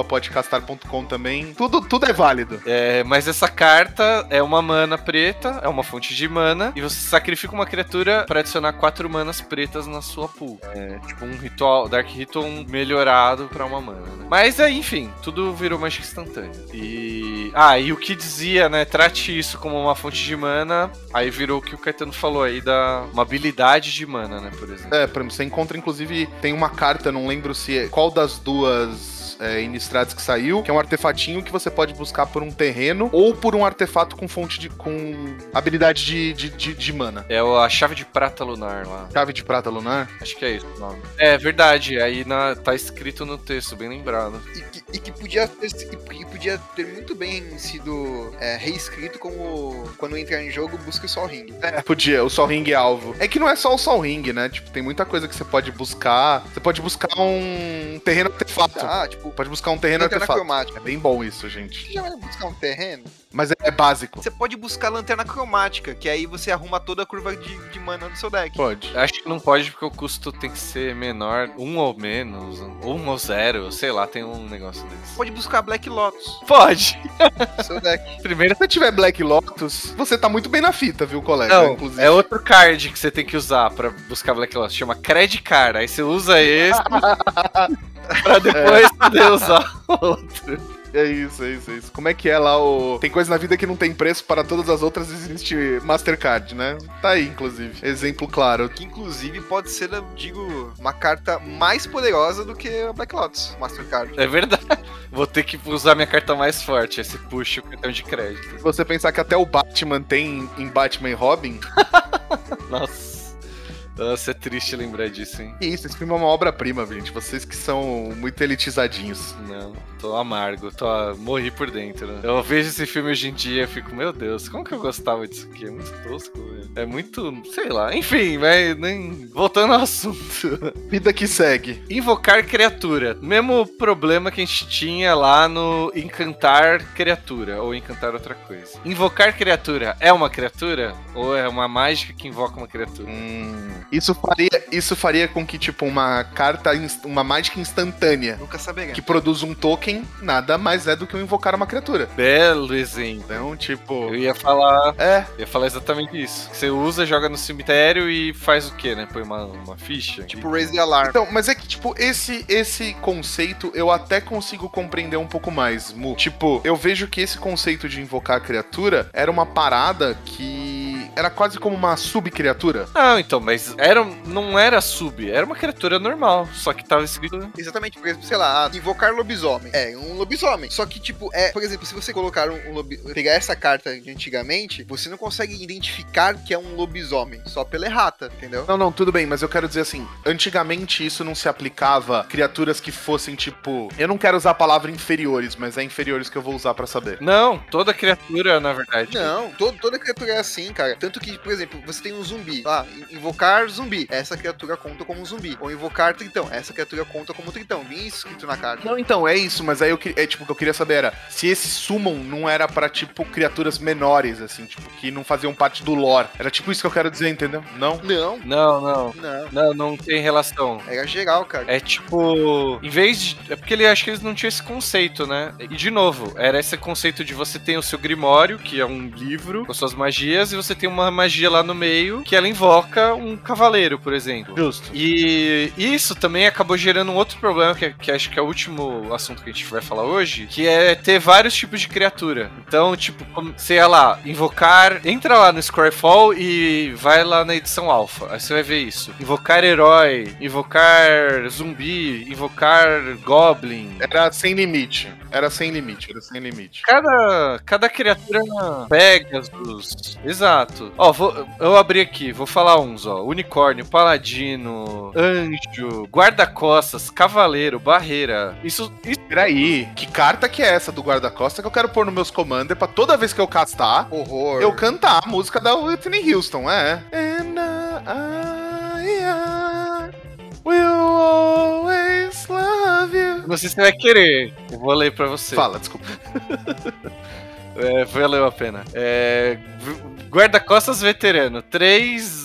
contato@podcastar.com também. Tudo, tudo é válido.
É, mas essa carta é uma mana preta, é uma fonte de mana, e você sacrifica uma criatura pra adicionar quatro manas pretas na sua pool. É tipo um ritual, Dark Ritual melhorado pra uma mana, né? Mas aí, enfim, tudo virou mágica instantânea. E. Ah, e o que dizia, né? Trate isso como uma fonte de mana, aí virou o que o Caetano falou aí da uma habilidade de mana, né? Por exemplo.
É, pra você encontra, inclusive, tem uma carta, não lembro se é- qual das duas dos é, Innistrades que saiu, que é um artefatinho que você pode buscar por um terreno ou por um artefato com fonte de. com habilidade de, de, de, de mana.
É o- a chave de prata lunar lá.
Chave de prata lunar?
Acho que é isso o nome. É verdade, aí na- tá escrito no texto, bem lembrado.
E que, e que podia ter, e que podia ter muito bem sido é, reescrito como quando entra em jogo, busque só o ringue.
É, podia, o Sol Ring alvo. É que não é só o Sol Ring, né? Tipo, tem muita coisa que você pode buscar. Você pode buscar um terreno artefato.
Ah, tipo,
Pode buscar um terreno
lanterna
artefato.
cromática.
É bem bom isso, gente.
Você já vai buscar um terreno?
Mas é, é básico.
Você pode buscar lanterna cromática, que aí você arruma toda a curva de, de mana do seu deck.
Pode.
Acho que não pode porque o custo tem que ser menor, um ou menos, um ou zero, sei lá, tem um negócio desse.
Pode buscar Black Lotus.
Pode!
Seu deck.
Primeiro.
É Se você tiver Black Lotus, você tá muito bem na fita, viu, colega?
Não,
Inclusive.
é outro card que você tem que usar pra buscar Black Lotus, chama Credit Card, aí você usa esse pra depois poder usar outro.
É isso, é isso, é isso. Como é que é lá o. Tem coisa na vida que não tem preço, para todas as outras existe Mastercard, né? Tá aí, inclusive. Exemplo claro.
Que inclusive pode ser, eu digo,
Uma carta mais poderosa do que a Black Lotus, Mastercard.
É verdade. Vou ter que usar minha carta mais forte, aí você puxa o cartão de crédito.
Se você pensar que até o Batman tem em Batman e Robin,
Nossa. Nossa, é triste lembrar disso, hein?
que isso, esse filme é uma obra-prima, gente. Vocês que são muito elitizadinhos.
Não, tô amargo, tô morri por dentro. né? Eu vejo esse filme hoje em dia e fico, meu Deus, como que eu gostava disso aqui? É muito tosco, velho. É muito, sei lá. Enfim, mas nem voltando ao assunto.
Vida que segue.
Invocar criatura. Mesmo problema que a gente tinha lá no encantar criatura ou encantar outra coisa. Invocar criatura é uma criatura ou é uma mágica que invoca uma criatura?
Hum, isso faria, isso faria com que, tipo, uma carta, inst- uma mágica instantânea
nunca saberemos.
que produz um token, nada mais é do que eu invocar uma criatura.
Belo exemplo.
Então, tipo.
Eu ia falar
É,
Eu ia falar exatamente isso. Você usa, joga no cemitério e faz o quê, né? Põe uma, uma ficha.
Tipo, Raise the Alarm.
então, mas é que, tipo, esse, esse conceito eu até consigo compreender um pouco mais, Mu. Tipo, eu vejo que esse conceito de invocar a criatura era uma parada que era quase como uma subcriatura.
Não, então, mas era, não era sub, era uma criatura normal, só que tava escrito. né?
Exatamente, por exemplo, sei lá, ah, invocar lobisomem. É, um lobisomem. Só que, tipo, é, por exemplo, se você colocar um, um lobi- pegar essa carta de antigamente, você não consegue identificar que é um lobisomem, só pela errata, entendeu?
Não, não, tudo bem, mas eu quero dizer assim, antigamente isso não se aplicava a criaturas que fossem tipo, eu não quero usar a palavra inferiores, mas é inferiores que eu vou usar pra saber.
Não, toda criatura, na verdade.
Não, todo, toda criatura é assim, cara. Tanto que, por exemplo, você tem um zumbi. Lá, in- invocar zumbi. Essa criatura conta como um zumbi. Ou invocar tritão. Essa criatura conta como tritão. Vinha isso escrito na carta.
Não, então, é isso, mas aí eu, que- é, tipo, o que eu queria saber era se esse summon não era pra, tipo, criaturas menores, assim, tipo, que não faziam parte do lore. Era tipo isso que eu quero dizer, entendeu? Não?
Não,
Não, não.
não.
Não, não tem relação.
Era geral, cara.
É tipo. Em vez de. É porque ele acho que eles não tinham esse conceito, né? E de novo, era esse conceito de você tem o seu Grimório, que é um livro com suas magias, e você tem uma magia lá no meio que ela invoca um cavaleiro, por exemplo.
Justo.
E isso também acabou gerando um outro problema, que, que acho que é o último assunto que a gente vai falar hoje, que é ter vários tipos de criatura. Então, tipo, como, sei lá, invocar. Entra lá no Scryfall e vai lá na edição alfa. Aí você vai ver isso. Invocar herói, invocar zumbi, invocar goblin.
Era sem limite. Era sem limite, era sem limite.
Cada, cada criatura na Pegasus. Exato. Ó, vou, eu abri aqui, vou falar uns, ó. Unicórnio, paladino, anjo, guarda-costas, cavaleiro, barreira. Isso, isso
Peraí, que carta que é essa do guarda-costa que eu quero pôr nos meus commander pra toda vez que eu castar,
Horror.
eu cantar a música da Whitney Houston, é. And I, I will always love you.
não sei se você vai querer. Eu vou ler pra você.
Fala, desculpa.
É, valeu a pena. É, v- guarda-costas veterano. 3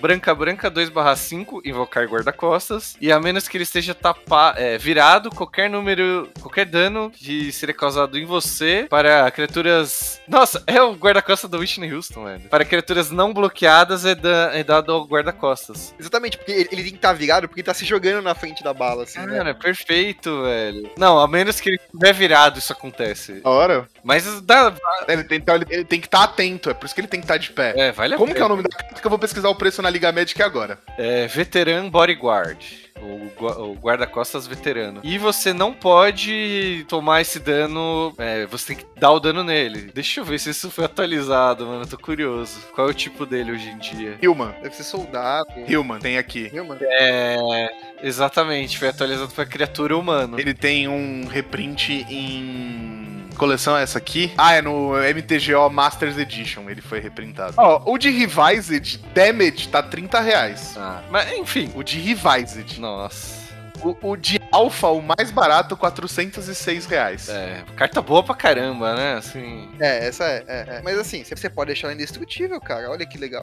branca branca 2 barra 5, invocar guarda-costas. E a menos que ele esteja tapa, é, virado, qualquer número, qualquer dano que seria causado em você para criaturas... Nossa, é o guarda-costas do Whitney Houston, velho. Para criaturas não bloqueadas é, da- é dado ao guarda-costas.
Exatamente, porque ele, ele tem que estar virado porque tá se jogando na frente da bala, assim, né?
Cara, Ah, é perfeito, velho. Não, a menos que ele estiver virado, isso acontece.
Hora.
Mas dá...
Ele tem, então ele- ele tem que estar tá atento, é por isso que ele tem que estar de pé.
É, vale a
Como
pena.
que é o nome da carta que eu vou pesquisar o preço na Liga Médica agora.
É, veteran bodyguard. O, gua- o guarda-costas veterano. E você não pode tomar esse dano. é, você tem que dar o dano nele. Deixa eu ver se isso foi atualizado, mano. Eu tô curioso. Qual é o tipo dele hoje em dia?
Human.
Deve ser soldado.
Human, tem aqui.
Human.
É. Exatamente, foi atualizado pra criatura humana.
Ele tem um reprint em. Coleção é essa aqui? Ah, é no MTGO Masters Edition. Ele foi reprintado. Ó, o de Revised Damage tá 30 reais.
Ah, mas enfim.
O de Revised.
Nossa.
O, o de Alpha, o mais barato, 406 reais.
É, carta boa pra caramba, né? Assim.
É, essa é, é, é. Mas assim, você pode deixar ela indestrutível, cara. Olha que legal.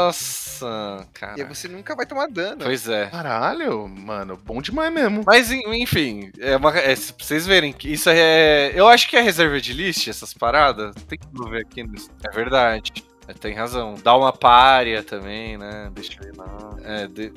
Nossa,
E aí
cara.
você né? nunca vai tomar dano.
Pois é.
Caralho, mano, bom demais mesmo.
Mas en- enfim, é uma- é, se- pra vocês verem que isso é. Eu acho que é reserva de list, essas paradas. Tem que ver aqui. no- É verdade. É, tem razão. Dá uma párea também, né? Deixa eu ver lá. É, de-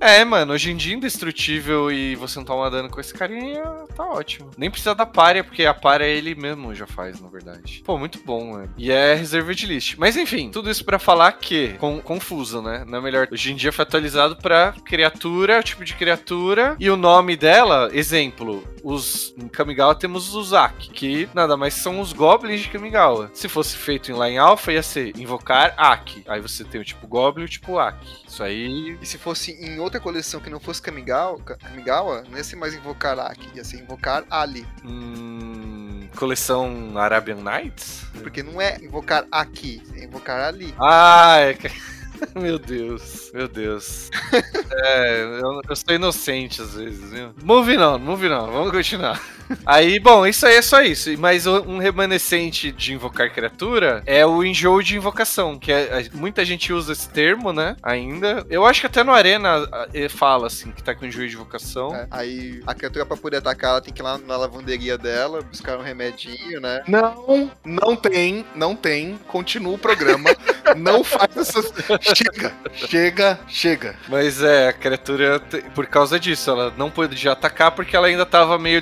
é, mano, hoje em dia indestrutível e você não toma dano com esse carinha, tá ótimo. Nem precisa da párea, porque a párea ele mesmo já faz, na verdade. Pô, muito bom, mano. E é reserva de list. Mas enfim, tudo isso pra falar que. con- confuso, né? Não é melhor. Hoje em dia foi atualizado pra criatura, o tipo de criatura. E o nome dela, exemplo, os. Em Kamigawa temos os Ak, que nada mais são os goblins de Kamigawa. Se fosse feito em lá em Alpha, ia ser invocar Ak. Aí você tem o tipo Goblin e o tipo Ak. Isso aí.
E se fosse em outra coleção que não fosse Kamigawa, Ka- Kamigawa não ia ser mais invocar Aki, ia ser invocar Ali.
Hum, coleção Arabian Nights?
Porque não é invocar aqui, é invocar ali.
Ah, é que... Meu Deus, meu Deus. É, eu, eu sou inocente às vezes, viu? Move não, move não, vamos continuar. Aí, bom, isso aí é só isso. Mas o- um remanescente de invocar criatura é o enjoo de invocação, que é- é- muita gente usa esse termo, né? Ainda. Eu acho que até no Arena a- é, fala, assim, que tá com enjoo de invocação.
né? Aí a criatura pra poder atacar, ela tem que ir lá na lavanderia dela, buscar um remedinho, né?
Não, não tem, não tem. Continua o programa. não faz essas. Chega, chega, chega.
Mas é, a criatura, te- por causa disso, ela não podia atacar porque ela ainda tava meio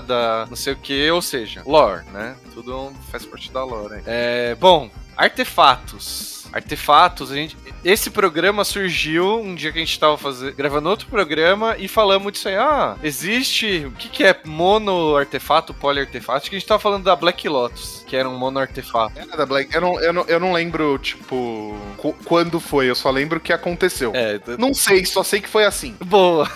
desnorteada, não sei o que, ou seja, lore, né? Tudo um- faz parte da lore. hein? É, bom, artefatos. Artefatos, a gente, esse programa surgiu um dia que a gente tava fazendo, gravando outro programa e falamos disso aí. Ah, existe. O que, que é mono artefato, poli artefato? Acho que a gente tava falando da Black Lotus, que era um mono artefato.
É nada, Black. Eu não, eu não, eu não lembro, tipo, qu- quando foi. Eu só lembro que aconteceu.
É,
Não sei, só sei que foi assim.
Boa.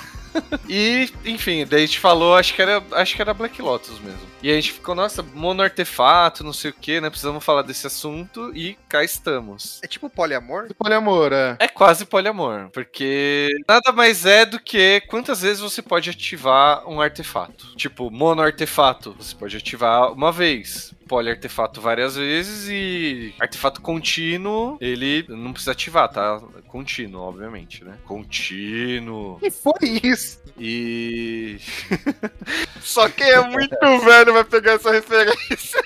E, enfim, daí a gente falou, acho que era, acho que era Black Lotus mesmo. E a gente ficou, nossa, mono artefato, não sei o que, né? Precisamos falar desse assunto e cá estamos.
É tipo poliamor?
Poliamor, é.
É quase poliamor, porque nada mais é do que quantas vezes você pode ativar um artefato. Tipo, mono artefato, você pode ativar uma vez. Poliartefato várias vezes e artefato contínuo, ele não precisa ativar, tá? Contínuo, obviamente, né? Contínuo.
E foi isso.
E.
Só que é muito velho vai pegar essa referência.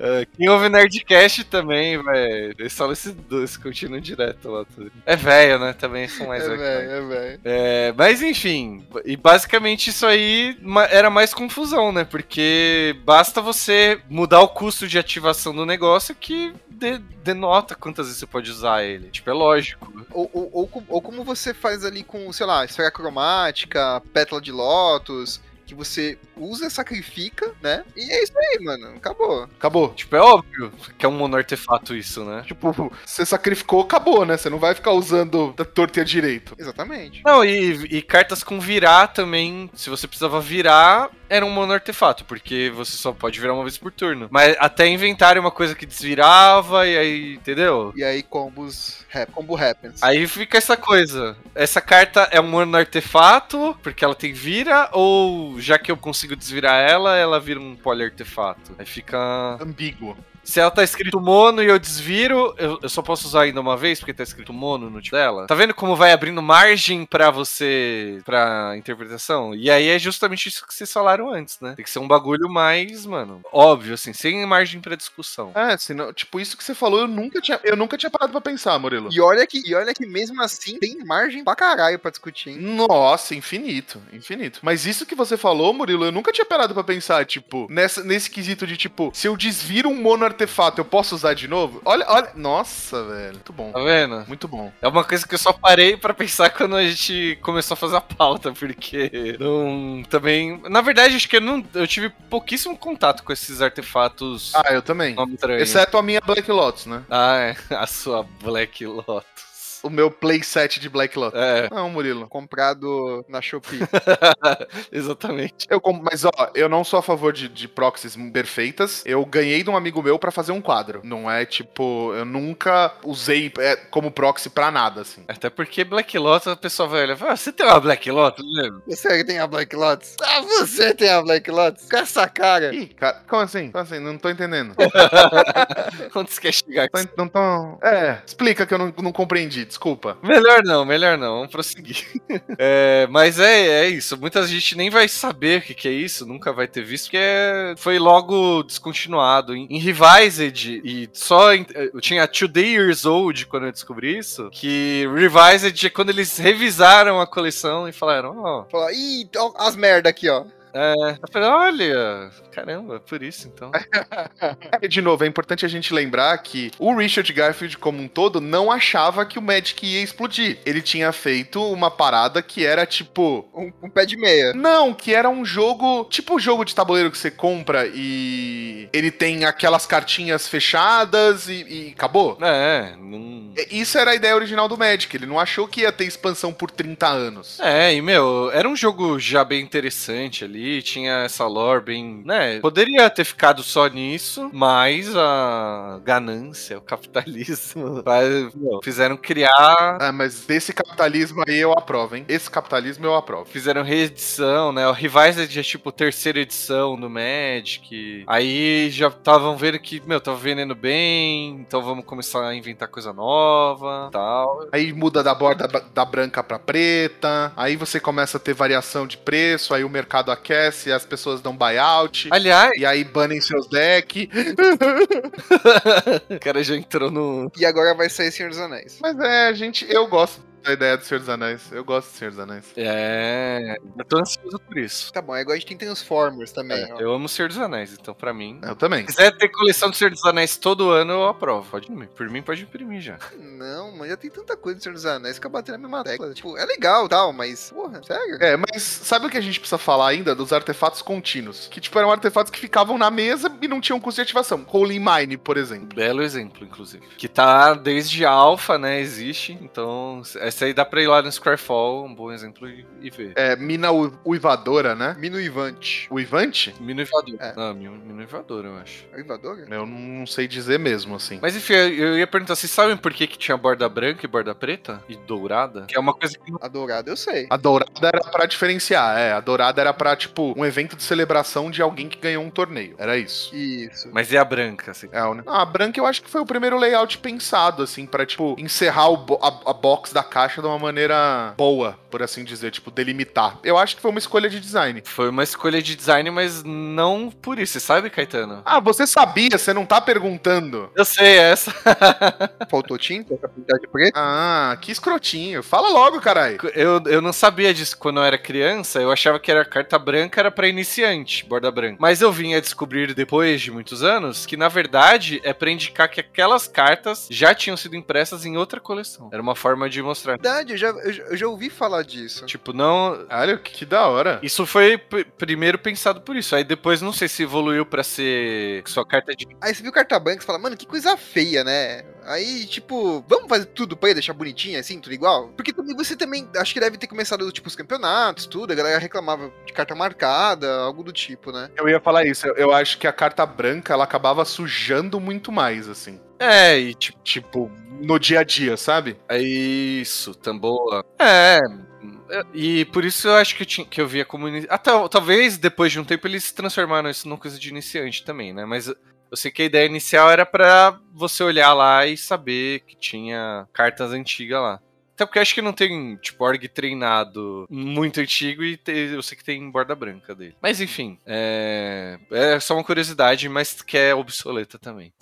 É, Quem ouve Nerdcast também, velho. Eles falam esse, esse contínuo direto lá. tudo. É velho, né? Também são mais
É,
velhos.
velho, é, velho.
É, mas enfim, e basicamente isso aí ma- era mais confusão, né? Porque basta você mudar o custo de ativação do negócio que de- denota quantas vezes você pode usar ele. Tipo, é lógico.
Ou, ou, ou com- ou como você faz ali com, sei lá, esfera cromática, pétala de lótus, que você usa, sacrifica, né? E é isso aí, mano. Acabou.
Acabou.
Tipo, é óbvio que é um mono-artefato isso, né?
Tipo, você sacrificou, acabou, né? Você não vai ficar usando da torta e a direito.
Exatamente.
Não, e, e cartas com virar também. Se você precisava virar, era um mono artefato, porque você só pode virar uma vez por turno. Mas até inventarem uma coisa que desvirava, e aí, entendeu?
E aí combos, rap, combo happens.
Aí fica essa coisa. Essa carta é um mono artefato, porque ela tem vira, ou já que eu consigo desvirar ela, ela vira um poliartefato. Aí fica.
Ambíguo.
Se ela tá escrito mono e eu desviro, eu, eu só posso usar ainda uma vez porque tá escrito mono no tipo dela. Tá vendo como vai abrindo margem pra você, pra interpretação? E aí é justamente isso que vocês falaram antes, né? Tem que ser um bagulho mais, mano, óbvio, assim, sem margem pra discussão.
É, senão, tipo, isso que você falou, eu nunca tinha, eu nunca tinha parado pra pensar, Murilo.
E olha, que, e olha que mesmo assim tem margem pra caralho pra discutir, hein?
Nossa, infinito, infinito. Mas isso que você falou, Murilo, eu nunca tinha parado pra pensar, tipo, nessa, nesse quesito de, tipo, se eu desviro um mono artefato eu posso usar de novo? Olha, olha. Nossa, velho. Muito bom.
Tá vendo?
Muito bom.
É uma coisa que eu só parei pra pensar quando a gente começou a fazer a pauta, porque não, também, na verdade, acho que eu não, eu tive pouquíssimo contato com esses artefatos.
Ah, é eu também.
nome estranho.
Exceto a minha Black Lotus, né?
Ah, é, a sua Black Lotus.
O meu playset de Black Lotus.
É,
Não, Murilo.
Comprado na Shopee.
exatamente.
Eu com- Mas ó, eu não sou a favor de, de proxies perfeitas. Eu ganhei de um amigo meu pra fazer um quadro. Não é tipo, eu nunca usei é, como proxy pra nada, assim.
Até porque Black Lotus, a pessoa vai olhar, e fala, "Ah, você tem uma Black Lotus mesmo?
Você tem a Black Lotus? Ah, você tem a Black Lotus? Com essa cara.
Ih, cara, como assim? Como assim? Não tô entendendo.
Onde você quer chegar
Tô
com isso?
Tá en- Não tô... É, explica que eu não, não compreendi, desculpa.
Melhor não, melhor não, vamos prosseguir. É, mas é, é isso, muita gente nem vai saber o que, que é isso, nunca vai ter visto, porque é- foi logo descontinuado. Em, em Revised, e só em- eh, eu tinha Two Day Years Old quando eu descobri isso, que Revised é quando eles revisaram a coleção e falaram, ó, é."
Fala, ih, ó, as merda aqui, ó.
eu falei, olha, caramba, é por isso então.
É, de novo, é importante a gente lembrar que o Richard Garfield, como um todo, não achava que o Magic ia explodir. Ele tinha feito uma parada que era tipo.
Um, um pé de meia.
Não, que era um jogo, tipo o jogo de tabuleiro que você compra e ele tem aquelas cartinhas fechadas e, e acabou.
É, não...
E- Isso era a ideia original do Magic, ele não achou que ia ter expansão por 30 anos.
É, e meu, era um jogo já bem interessante ali, tinha essa lore bem, né? Poderia ter ficado só nisso, mas a ganância, o capitalismo, faz- meu, fizeram criar,
Ah, mas desse capitalismo aí eu aprovo, hein? Esse capitalismo eu aprovo.
fizeram reedição, né? O Revised é tipo terceira edição do Magic. Aí já estavam vendo que, meu, tava vendendo bem, então vamos começar a inventar coisa nova, tal.
Aí muda da borda ba- da branca pra preta, aí você começa a ter variação de preço, aí o mercado aquece, as pessoas dão buyout.
Aliás,
E aí banem seus decks.
o cara já entrou no
E agora vai sair Senhor dos Anéis.
Mas é, gente, eu gosto da ideia do Senhor dos Anéis. Eu gosto do Senhor dos Anéis.
É, eu tô ansioso por isso.
Tá bom, agora a gente tem Transformers também, ó.
É, eu amo o Senhor dos Anéis, então pra mim.
Eu também.
Se quiser ter coleção do Senhor dos Anéis todo ano, eu aprovo. Pode imprimir. Por mim, pode imprimir já.
Não, mas já tem tanta coisa do Senhor dos Anéis que eu bati na mesma tecla. Tipo, é legal tal, mas. Porra, sério?
É, mas sabe o que a gente precisa falar ainda dos artefatos contínuos? Que, tipo, eram artefatos que ficavam na mesa e não tinham custo de ativação. Holy Mine, por exemplo.
Belo exemplo, inclusive. Que tá desde alfa, né? Existe. Então, essa aí dá pra ir lá no Squarefall, um bom exemplo, e, e ver.
É, Mina Ui- Uivadora, né?
Minuivante.
Uivante?
Minuivador.
É.
Não, minu- minuivador, eu acho.
É Invadora?
Eu não- não sei dizer mesmo, assim.
Mas enfim, eu eu ia perguntar, vocês sabem por que, que tinha borda branca e borda preta? E dourada? Que é uma coisa que não
A dourada, eu sei.
A dourada era pra diferenciar, é. A dourada era pra, tipo, um evento de celebração de alguém que ganhou um torneio. Era isso.
Isso.
Mas é a branca, assim.
É, né? Ah, a branca eu acho que foi o primeiro layout pensado, assim, pra, tipo, encerrar o bo- a, a box da caixa de uma maneira boa, por assim dizer, tipo, delimitar. Eu acho que foi uma escolha de design.
Foi uma escolha de design, mas não por isso. Você sabe, Caetano?
Ah, você sabia, você não tá perguntando.
Eu sei, é essa.
Faltou tinta pra pintar de preto?
Ah, que escrotinho. Fala logo, caralho.
Eu, eu não sabia disso quando eu era criança, eu achava que era carta branca, era pra iniciante, borda branca. Mas eu vim a descobrir depois de muitos anos que na verdade é pra indicar que aquelas cartas já tinham sido impressas em outra coleção. Era uma forma de mostrar.
Verdade, eu já, eu, já- eu já ouvi falar disso.
Tipo, não,
Caralho, que, que da hora.
isso foi p- primeiro pensado por isso. Aí depois não sei se evoluiu pra ser só carta de
Aí você viu carta branca e fala, mano, que coisa feia, né? Aí, tipo, vamos fazer tudo pra ele deixar bonitinho, assim, tudo igual? Porque também você também, acho que deve ter começado, tipo, os campeonatos, tudo, a galera reclamava de carta marcada, algo do tipo, né?
Eu ia falar isso. Eu, eu acho que a carta branca, ela acabava sujando muito mais, assim.
É, e tipo,
Tipo, no dia a dia, sabe?
é isso, tamboa. É, E por isso eu acho que eu, tinha, que eu via como. ini- Ah, tal- talvez depois de um tempo eles transformaram isso numa coisa de iniciante também, né? Mas eu eu sei que a ideia inicial era pra você olhar lá e saber que tinha cartas antigas lá. Até porque eu acho que não tem, tipo, org treinado muito antigo e te- eu sei que tem borda branca dele. Mas enfim, é, é só uma curiosidade, mas que é obsoleta também.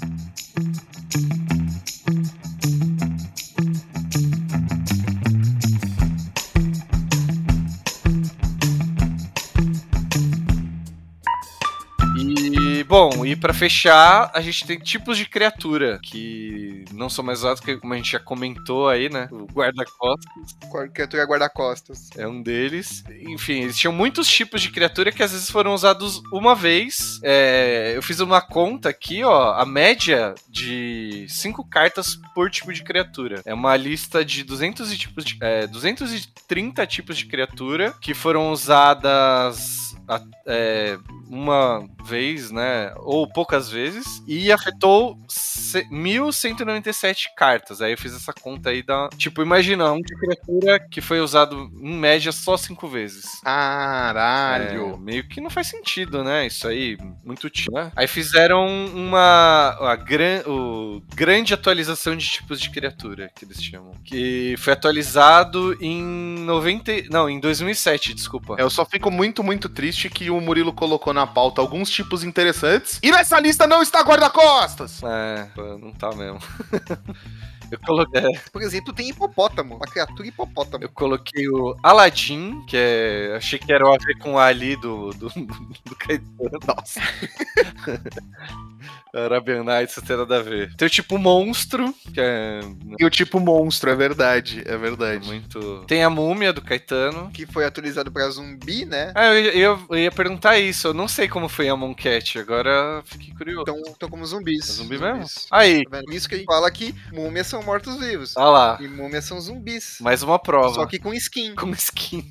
E, bom, Bom, e pra fechar, a gente tem tipos de criatura que não são mais usados, porque como a gente já comentou aí, né? O guarda-costas
Qual- Criatura guarda-costas.
é um deles. Enfim, eles tinham muitos tipos de criatura que às vezes foram usados uma vez. É, eu fiz uma conta aqui, ó. A média de cinco cartas por tipo de criatura. É uma lista de 200 e tipos de, é, 230 tipos de criatura que foram usadas. a- é, uma vez, né? Ou poucas vezes. E afetou se- 1.197 cartas. Aí eu fiz essa conta aí da. Tipo, imagina, um de criatura que foi usado em média só cinco vezes. É,
Caralho.
meio que não faz sentido, né? Isso aí, muito tio, né? Aí fizeram uma. A gran, o, grande atualização de tipos de criatura, que eles chamam. Que foi atualizado em 90. Não, em 2007, desculpa.
Eu só fico muito, muito triste que o Murilo colocou na pauta alguns tipos interessantes. E nessa lista não está guarda-costas!
É, pô, não tá mesmo. Eu coloquei, é,
Por exemplo, tem hipopótamo. Uma criatura hipopótamo.
eu coloquei o Aladdin, que é. Achei que era o a ver com o Ali do, do, do Caetano. Nossa. Arabian Nights, não tem nada a ver. Tem o tipo monstro, que é
E o tipo monstro, é verdade, é verdade.
muito. Tem a múmia do Caetano.
Que foi atualizado pra zumbi, né?
Ah, eu, eu- eu ia perguntar isso. Eu não sei como foi a Moncat, agora fiquei curioso.
Então, então como zumbis.
É zumbi mesmo?
Zumbis.
Aí,
Tá vendo? Por isso que a gente fala que múmias são mortos-vivos.
olha lá.
E múmias são zumbis.
Mais Ah. uma prova.
Só que com skin.
com skin.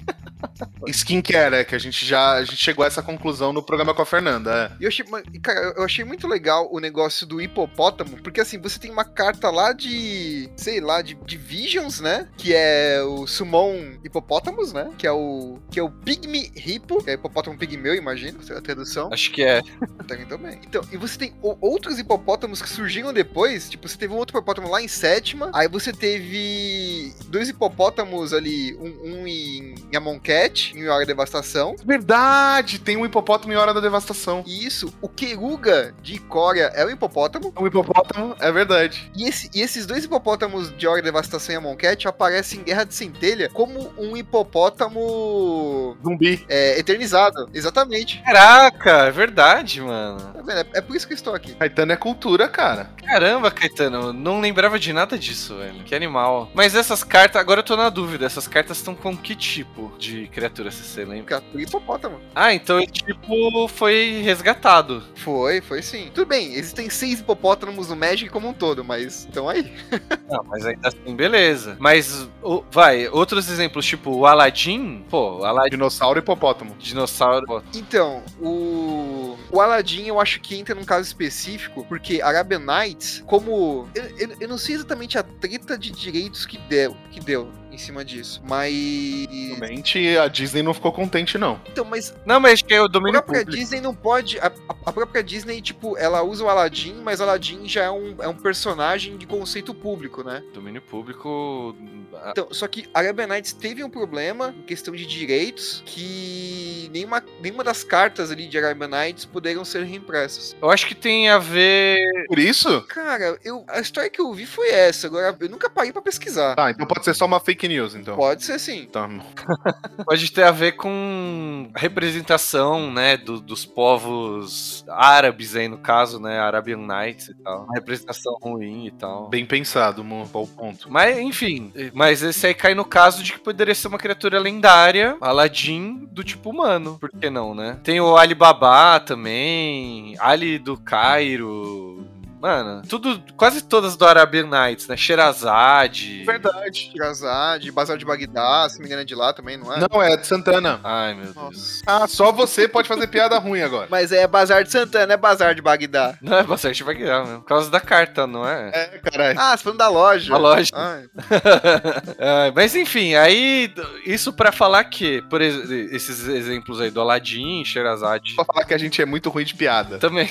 Skincare, é que a gente já a gente chegou a essa conclusão no programa com a Fernanda.
E eu achei, mano, e, cara, eu achei muito legal o negócio do hipopótamo, porque assim, você tem uma carta lá de, sei lá, de, de Visions, né? Que é o Summon Hipopótamos, né? Que é o que é o Pygmy Hippo, que é hipopótamo pigmeu, imagino, a tradução.
Acho que é.
Também, também. Então, e você tem o- outros hipopótamos que surgiram depois. Tipo, você teve um outro hipopótamo lá em sétima. Aí você teve dois hipopótamos ali, um, um em, em Amonkhet, em Hora da Devastação.
É. Verdade, tem um hipopótamo em Hora da Devastação.
E isso, o Keruga de Icória é um hipopótamo.
Um hipopótamo, é verdade.
E, esse- e esses dois hipopótamos de Hora da Devastação e Amonkhet aparecem em Guerra de Centelha como um hipopótamo
Zumbi.
é, eternizado. Exatamente.
Caraca, é verdade, mano.
Tá vendo? É, é por isso que eu estou aqui.
Caetano é cultura, cara.
Caramba, Caetano, eu não lembrava de nada disso, velho. Que animal. Mas essas cartas, agora eu tô na dúvida, essas cartas estão com que tipo de criatura, se você lembra?
Um Criatura hipopótamo.
Ah, então esse tipo foi resgatado.
Foi, foi sim. Tudo bem, existem seis hipopótamos no Magic como um todo, mas então aí.
Não, mas ainda assim, beleza. Mas, o- vai, outros exemplos, tipo o Aladdin, pô, o Aladdin,
Dinossauro e hipopótamo.
dinossauro, pô,
Então, o. O Aladdin eu acho que entra num caso específico, porque Arabian Nights, como. Eu, eu, eu não sei exatamente a treta de direitos que deu, que deu em cima disso, mas.
Realmente a Disney não ficou contente, não.
Então, mas
Não, mas que é o
a
domínio
própria
público.
Disney não pode. A, a- a própria Disney, tipo, ela usa o Aladdin, mas o Aladdin já é um, é um personagem de conceito público, né?
Domínio público. ah,
Então, só que Arabian Nights teve um problema em questão de direitos que nenhuma, nenhuma das cartas ali de Arabian Nights poderiam ser reimpressas.
Eu acho que tem a ver.
Por isso?
Cara, eu, a história que eu vi foi essa, agora eu nunca parei pra pesquisar.
Tá, então pode ser só uma fake news, então.
Pode ser sim.
Tá.
Pode ter a ver com a representação, né, do- dos povos árabes aí, no caso, né, Arabian Nights e tal. Uma representação ruim e tal.
Bem pensado, Mo, qual o ponto?
Mas, enfim, mas esse aí cai no caso de que poderia ser uma criatura lendária, Aladdin, do tipo humano. Por que não, né? Tem o Alibaba também, Ali do Cairo. Mano, tudo, quase todas do Arabian Nights, né? Sherazade.
Verdade.
Shirazade, Bazar de Bagdá, se me engano é de lá também, não é?
Não, é de Santana.
Ai, meu Deus.
Nossa.
Ah, só você pode fazer piada ruim agora.
Mas é Bazar de Santana, é Bazar de Bagdá.
Não, é bastante vaguear mesmo. Por causa da carta, não é?
É, caralho.
Ah, você falando da loja.
A loja.
Ah,
Ah, mas enfim, aí d- isso pra falar que, por ex- esses exemplos aí do Aladdin, Sherazade,
Só falar que a gente é muito ruim de piada.
também.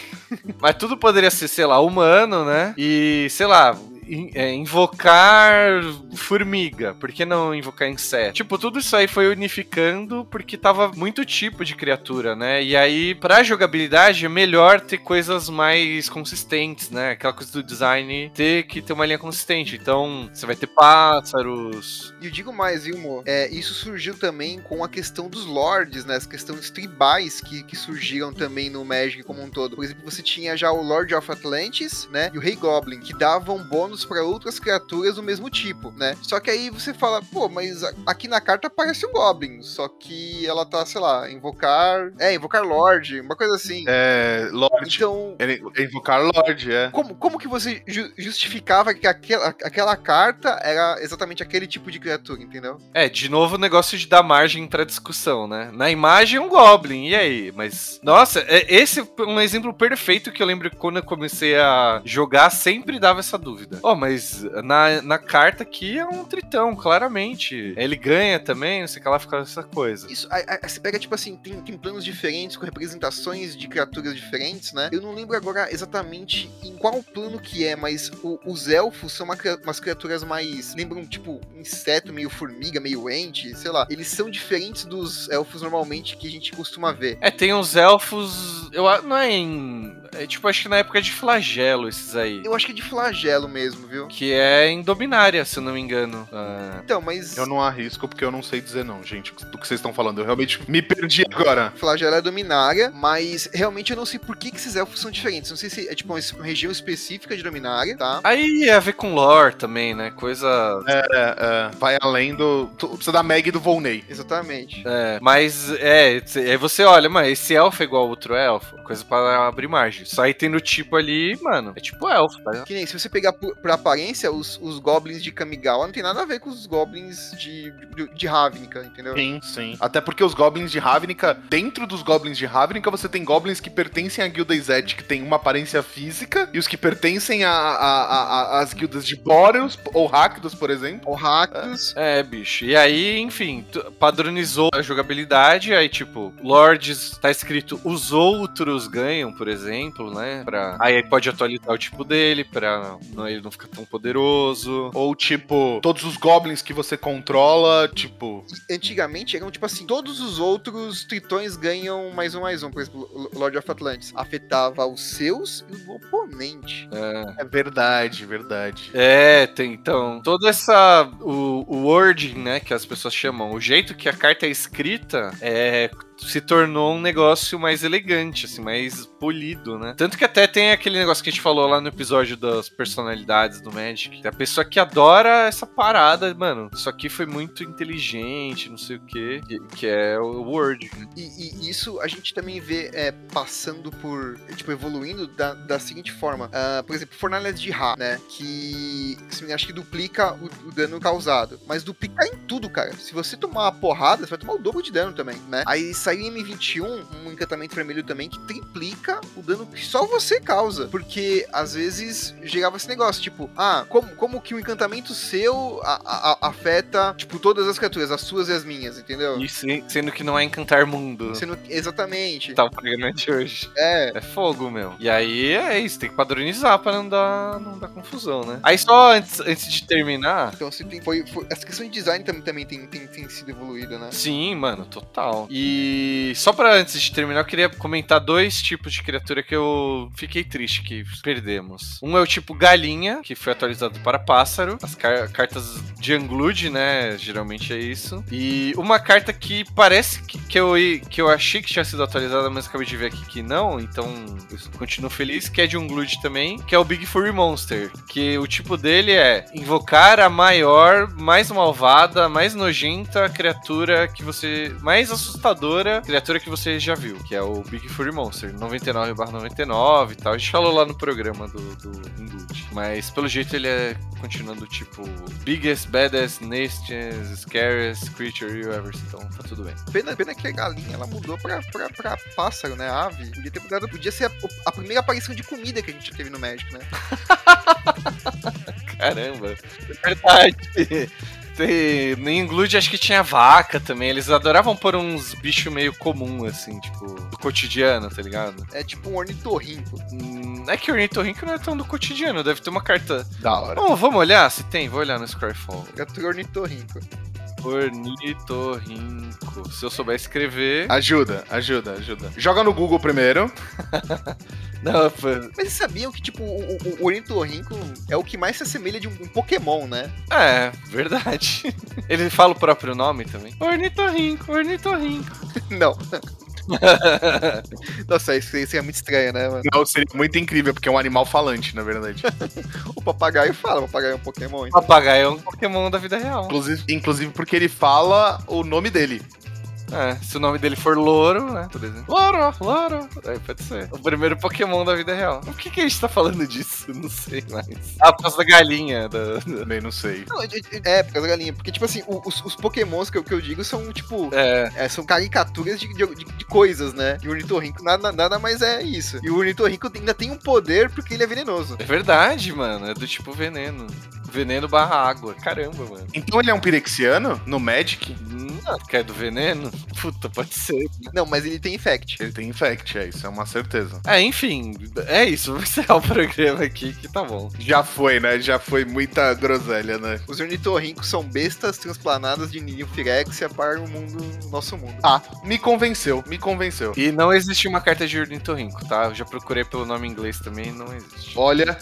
mas tudo poderia ser, sei lá, humano, né? E sei lá, in- é, invocar formiga, por que não invocar inseto? Tipo, tudo isso aí foi unificando porque tava muito tipo de criatura, né? E aí, pra jogabilidade, é melhor ter coisas mais consistentes, né? Aquela coisa do design ter que ter uma linha consistente. Então, você vai ter pássaros.
E eu digo mais, viu, Mo? É, isso surgiu também com a questão dos lords, né? Essa questão dos tribais que, que surgiram também no Magic como um todo. Por exemplo, você tinha já o Lord of Atlantis, né? E o Rei Goblin, que davam bônus pra outras criaturas do mesmo tipo, né? Só que aí você fala, pô, mas a- aqui na carta aparece o Goblin, só que ela tá, sei lá, invocar. É, invocar Lorde, uma coisa assim.
É, Lorde.
Então,
Ele- Invocar Lorde, é.
como, como que você ju- justificava que aquela, aquela carta era exatamente aquele tipo de criatura, entendeu?
É, de novo o negócio de dar margem pra discussão, né? Na imagem, um Goblin, e aí? Mas, nossa, é- esse é um exemplo perfeito que eu lembro que quando eu comecei a jogar, sempre dava essa dúvida. Ó, mas na, na carta aqui é um tritão, claramente. Ele ganha também, não sei o que lá, fica essa coisa.
Isso, aí, aí você pega, tipo assim, tem, tem planos diferentes, com representações de criaturas diferentes, né? Eu não lembro agora exatamente em qual plano que é, mas o- os elfos são uma cria- umas criaturas mais. Lembram, tipo, inseto, meio formiga, meio ente, sei lá. Eles são diferentes dos elfos normalmente que a gente costuma ver.
É, tem os elfos. Eu a- não é em. É tipo, acho que na época de flagelo esses aí.
Eu acho que é de flagelo mesmo, viu?
Que é em Dominária, se eu não me engano. Ah,
Então, mas.
Eu não arrisco porque eu não sei dizer não, gente, do que vocês estão falando. Eu realmente me perdi agora.
Flagela é dominária, mas realmente eu não sei por que, que esses elfos são diferentes. Não sei se é tipo uma es- uma região específica de dominária, tá?
Aí a ver com lore também, né? Coisa
É, é, vai além do. tu- Precisa da Meg e do Volney.
Exatamente.
É, mas é, cê- aí você olha, mano, esse elfo é igual ao outro elfo, coisa pra abrir margem. Só aí tem no tipo ali, mano, é tipo elfo, tá?
Que nem se você pegar por, por aparência, os, os goblins de Kamigawa não tem nada a ver com os goblins de, de, de Ravnica, entendeu?
Sim, sim. Até porque os goblins de Ravnica, dentro dos goblins de Ravnica, você tem goblins que pertencem à guilda Izete, que tem uma aparência física, e os que pertencem a- a- a- a- às guildas de Boreus ou Rakdos, por exemplo.
O Rakdos.
É, bicho. E aí, enfim, tu- padronizou a jogabilidade, aí tipo, Lords tá escrito os outros ganham, por exemplo, né? Pra... Aí ele pode atualizar o tipo dele pra não, ele não ficar tão poderoso.
Ou tipo, todos os goblins que você controla, tipo.
E Antigamente eram tipo assim: todos os outros tritões ganham mais um, mais um. Por exemplo, o Lord of Atlantis afetava os seus e o do oponente.
É verdade, verdade.
É, tem então. Toda essa. O, o wording, né? Que as pessoas chamam. O jeito que a carta é escrita é, se tornou um negócio mais elegante, assim, mais polido, né? Tanto que até tem aquele negócio que a gente falou lá no episódio das personalidades do Magic. Tem a pessoa que adora essa parada, mano. Isso aqui foi muito inteligente, não sei o quê. Que, que é o wording. né?
E, e isso a gente também vê é, passando por, tipo, evoluindo da, da seguinte forma. Ah, por exemplo, fornalhas de Ra, né? Que, assim, acho que duplica o, o dano causado. Mas duplica em tudo, cara. Se você tomar uma porrada, você vai tomar o dobro de dano também, né? Aí saiu em M21 um encantamento vermelho também que triplica o dano que só você causa. Porque, às vezes, gerava esse negócio, tipo, ah, como, como que o encantamento seu a- a- a- afeta, tipo, todas as criaturas, as suas e as minhas, entendeu?
E se- sendo que não é encantar mundo.
Sendo que- exatamente.
Tá o programa de hoje.
É,
É fogo, meu. E aí é isso, tem que padronizar pra não dar, não dar confusão, né? Aí só antes, antes de terminar.
então se tem, foi, foi- essa questão de design também, também tem, tem, tem sido evoluída, né?
Sim, mano, total. E só pra antes de terminar, eu queria comentar dois tipos de criatura que eu fiquei triste que perdemos. Um é o tipo galinha, que foi atualizado para pássaro. As car- cartas de Unglued, né? Geralmente é isso. E uma carta que parece que, que, eu, i- que eu achei que tinha sido atualizada, mas acabei de ver aqui que não. Então eu continuo feliz, que é de Unglued também, que é o Big Furry Monster. Que o tipo dele é invocar a maior, mais malvada, mais nojenta criatura que você. mais assustadora criatura que você já viu, que é o Big Furry Monster, 99/99 e tal. A gente falou lá no programa do, do Unglued. Mas pelo jeito ele é continuando tipo Biggest, Baddest, Nastiest, Scariest Creature You Ever. seen. Então tá tudo bem.
Pena, pena que a galinha ela mudou pra, pra, pra pássaro, né? Ave. Podia ter mudado. Podia ser a, a primeira aparição de comida que a gente teve no Magic, né?
Caramba, é verdade. Tem, no Inglude acho que tinha vaca também. Eles adoravam pôr uns bichos meio comum, assim, tipo, do cotidiano, tá ligado?
É tipo um ornitorrinco.
Hum, É que o ornitorrinco não é tão do cotidiano, deve ter uma carta.
Da hora.
Bom, vamos olhar se tem? Vou olhar no Scryfall.
Gato é um ornitorrinco.
Ornitorrinco. Se eu souber escrever.
Ajuda, ajuda, ajuda. Joga no Google primeiro.
Não, foi-
Mas vocês sabiam que, tipo, o, o, o ornitorrinco é o que mais se assemelha de um, um Pokémon, né?
É, verdade. Ele fala o próprio nome também. Ornitorrinco, ornitorrinco.
Não. Nossa, isso, isso é muito estranho, né, mano?
Não, seria muito incrível, porque é um animal falante, na verdade.
O papagaio fala, o papagaio é um Pokémon. então.
Papagaio é um Pokémon da vida real.
inclusive, inclusive porque ele fala o nome dele.
É, se o nome dele for Louro, né? Por exemplo. Louro, Louro. Aí É, pode ser. O primeiro Pokémon da vida real. Por que, que a gente tá falando disso? Não sei mais. Ah, por causa da galinha. Da...
Também não sei.
Não, eu- eu- é, por causa da galinha. Porque, tipo assim, o- os, os Pokémons que eu, que eu digo são, tipo,
É.
é, são caricaturas de, de- de- de coisas, né? E o Ornitorrinco nada, nada mais é isso. E o Ornitorrinco ainda tem um poder porque ele é venenoso.
É verdade, mano. É do tipo veneno. Veneno barra água. Caramba, mano.
Então ele é um pirexiano no Magic?
Não, que é do veneno? Puta, pode ser.
Não, mas ele tem infect.
Ele tem infect, é isso, é uma certeza.
É, enfim, é isso. Vou encerrar o programa aqui que tá bom.
Já foi, né? Já foi muita groselha, né?
Os ornitorrincos são bestas transplanadas de Nilfirexia para o mundo, nosso mundo.
Ah, me convenceu, me convenceu.
E não existe uma carta de ornitorrinco, tá? Eu já procurei pelo nome em inglês também não existe.
Olha,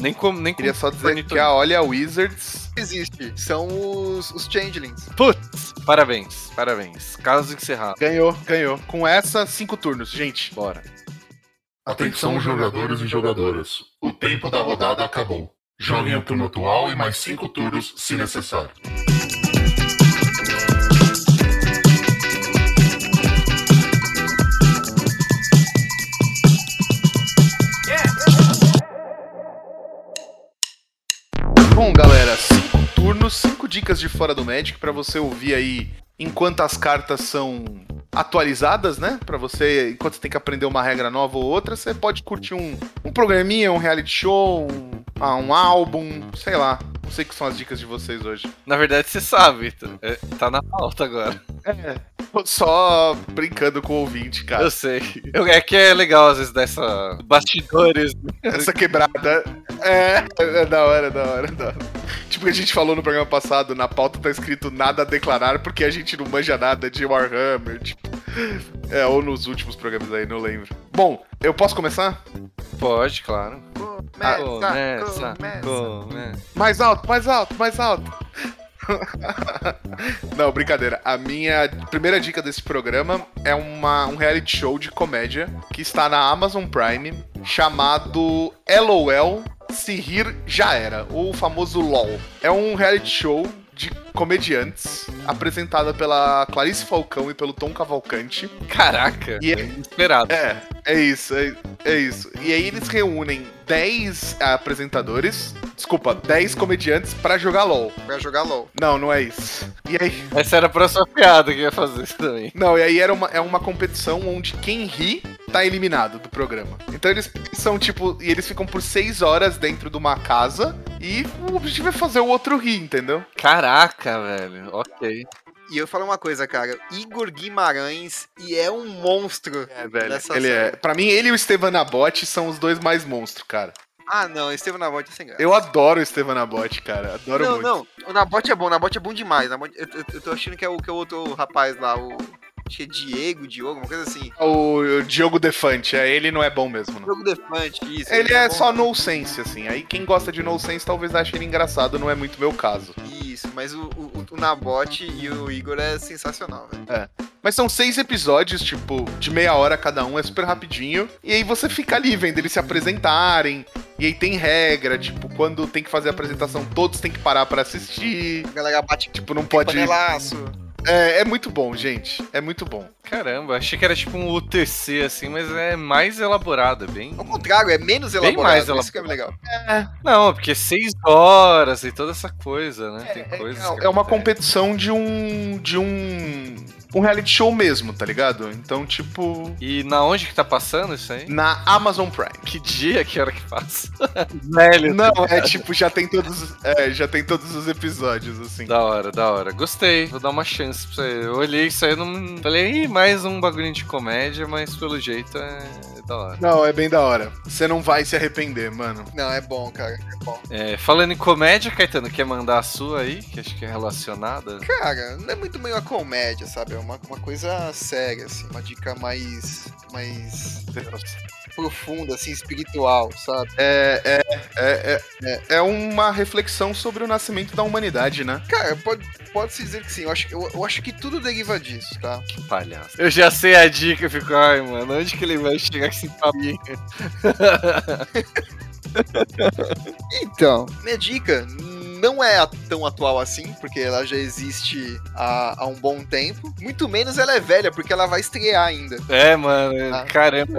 Nem como. Nem
queria
com
só dizer que a
ornitorrinco.
Olha Wizards.
Existe. São os, os changelings.
Putz! Parabéns, parabéns. Caso encerrado.
Ganhou, ganhou. Com essa, cinco turnos, gente.
Bora.
Atenção, jogadores e jogadoras. O tempo da rodada acabou. Joguem o turno atual e mais cinco turnos, se necessário.
Bom, galera, cinco turnos, cinco dicas de fora do Magic pra você ouvir aí enquanto as cartas são atualizadas, né? Pra você, enquanto você tem que aprender uma regra nova ou outra, você pode curtir um, um programinha, um reality show, um, ah, um álbum, sei lá. Não sei o que são as dicas de vocês hoje.
Na verdade, você sabe, tá, é, tá na pauta agora.
É, tô só brincando com o ouvinte, cara.
Eu sei. Eu- é que é legal, às vezes, dessa. Bastidores.
Essa quebrada é, é da hora, é da hora, é da hora. Tipo que a gente falou no programa passado, na pauta tá escrito nada a declarar porque a gente não manja nada de Warhammer, tipo. É, ou nos últimos programas aí, não lembro. Bom, eu posso começar?
Pode, claro. Ah,
Começa,
começa,
começa.
começa.
Mais alto, mais alto, mais alto. não, brincadeira. A minha primeira dica desse programa é uma, um reality show de comédia que está na Amazon Prime chamado LOL Se Rir Já Era, ou o famoso LOL. É um reality show de comediantes apresentada pela Clarice Falcão e pelo Tom Cavalcante.
Caraca,
E é
esperado.
é, é isso, é, é isso. E aí eles reúnem 10 apresentadores, desculpa, 10 comediantes pra jogar LOL.
Pra jogar LOL.
Não, não é isso. E aí,
Essa era a próxima piada que eu ia fazer isso também.
não, e aí era uma, é uma competição onde quem ri tá eliminado do programa. Então eles são tipo, e eles ficam por 6 horas dentro de uma casa e o objetivo é fazer o outro rir, entendeu?
Caraca, velho. Ok.
E eu falo uma coisa, cara. Igor Guimarães e é um monstro.
É, velho.
Nessa
Ele é,
série.
para mim ele e o Estevan Nabote são os dois mais monstros, cara.
Ah, não, Estevam Nabote é sem graça.
Eu adoro o Estevan Nabote, cara. Adoro
não,
muito.
não. O Nabote é bom, o Nabote é bom demais. Nabote, eu, eu- eu tô achando que é o que é o outro rapaz lá, o. Acho que é Diego, Diogo, uma coisa assim.
O o Diogo Defante, é, ele não é bom mesmo, não.
Jogo Defante, isso.
Ele é
tá bom.
só nonsense, assim. Aí quem gosta de nonsense talvez ache ele engraçado, não é muito meu caso.
Isso, mas o, o, o Nabote e o Igor é sensacional, velho.
Mas são seis episódios, tipo, de meia hora cada um, é super rapidinho. E aí você fica ali vendo eles se apresentarem. E aí tem regra, tipo, quando tem que fazer a apresentação, todos têm que parar pra assistir.
A galera bate
Tipo, não pode.
panelaço.
É, é muito bom, gente. É muito bom.
Caramba, achei que era tipo um UTC assim, mas é mais elaborado, é bem.
Ao contrário, é menos
Bem
elaborado.
mais
Isso que é legal.
Não, é porque seis horas e toda essa coisa, né? Tem coisas. que
É, é uma
acontecem.
competição de um. de um. um reality show mesmo, tá ligado? Então, tipo,
E na onde que tá passando isso aí?
na Amazon Prime.
Que dia, que hora que passa? Velho.
Não, é tipo, já tem todos, é, já tem todos os episódios, assim.
Da hora, da hora. Gostei. Vou dar uma chance pra você. Eu olhei isso aí e não. Falei, Ih, mais um bagulhinho de comédia, mas pelo jeito é, é da hora.
Não, é bem da hora. Você não vai se arrepender, mano.
Não, é bom, cara. É bom.
É, falando em comédia, Caetano, quer mandar a sua aí? Que acho que é relacionada.
Cara, não é muito meio a comédia, sabe? É uma, uma coisa séria, assim. Uma dica mais. mais profunda, assim, espiritual, sabe?
É, é, é, é, é uma reflexão sobre o nascimento da humanidade, né?
Cara, pode, pode se dizer que sim. Eu acho, eu, eu acho que tudo deriva disso, tá?
Que palhaço. Eu já sei a dica, eu fico, ai, mano, onde que ele vai chegar com esse papinho?
Então, minha dica não é a- tão atual assim, porque ela já existe há, há um bom tempo. Muito menos ela é velha, porque ela vai estrear ainda.
É, mano,
Ah.
caramba.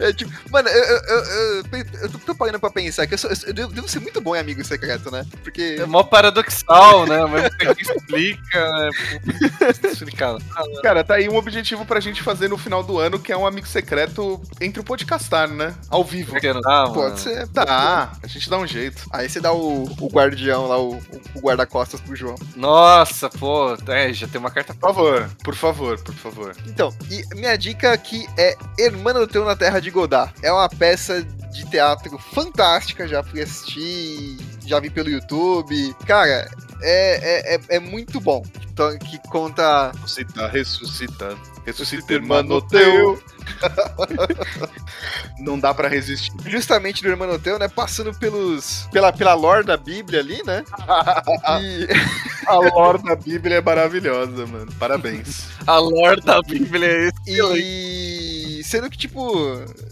É, tipo, mano, eu, eu, eu, eu- eu tô, tô parando pra pensar que eu, sou- eu sou- eu devo, devo ser muito bom em amigo secreto, né? Porque.
É mó paradoxal, né? Mas você que explica, né? Explicar.
Cara, tá aí um objetivo pra gente fazer no final do ano, que é um amigo secreto entre o podcastar, né? Ao vivo.
Ah, mano.
Pode ser.
Tá, a gente dá um jeito.
Aí você dá o, o guardião lá, o, o guarda-costas pro João.
Nossa, pô, é, já tem uma carta
Por favor, por favor, por favor.
Então, e minha dica aqui é Irmã do Teu na Terra de Godard. É uma peça de teatro fantástica, já fui assistir, já vi pelo YouTube. Cara, é, é, é, é muito bom. Então, que conta.
Ressuscita, ressuscita, ressuscita,
irmão
irmão teu. Não dá pra resistir.
Justamente do Hermanoteu, né? Passando pelos. pela, pela lore da Bíblia ali, né? E-
A lore da Bíblia é maravilhosa, mano. Parabéns.
A lore da Bíblia é esse.
E sendo que, tipo,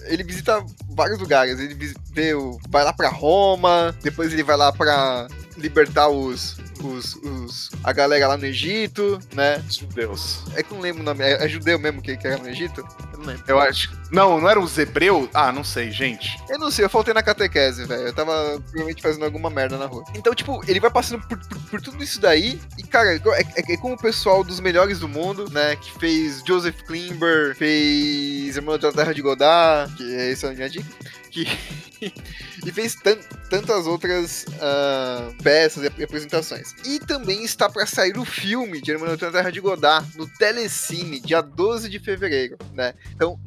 ele visita vários lugares. Ele visi- vê o- vai lá pra Roma, depois ele vai lá pra libertar os. os, os- a galera lá no Egito, né?
Meu Deus.
É que eu não lembro o nome. É, é judeu mesmo que, que era no Egito? Eu não lembro.
Eu acho. Não, não era os hebreus? Ah, não sei, gente.
Eu não sei, eu faltei na catequese, velho. Eu tava provavelmente fazendo alguma merda na rua. Então, tipo, ele vai passando por, por- por tudo isso daí. E, cara, é, é- é com o pessoal dos melhores do mundo, né? Que fez Joseph Klimber, fez Irmão da Terra de Godard, que é essa é a minha dica. Que... e fez tan- tantas outras ah, peças e ap- e apresentações. E também está pra sair o filme de Irmão da Terra de Godard no Telecine, dia 12 de fevereiro, né?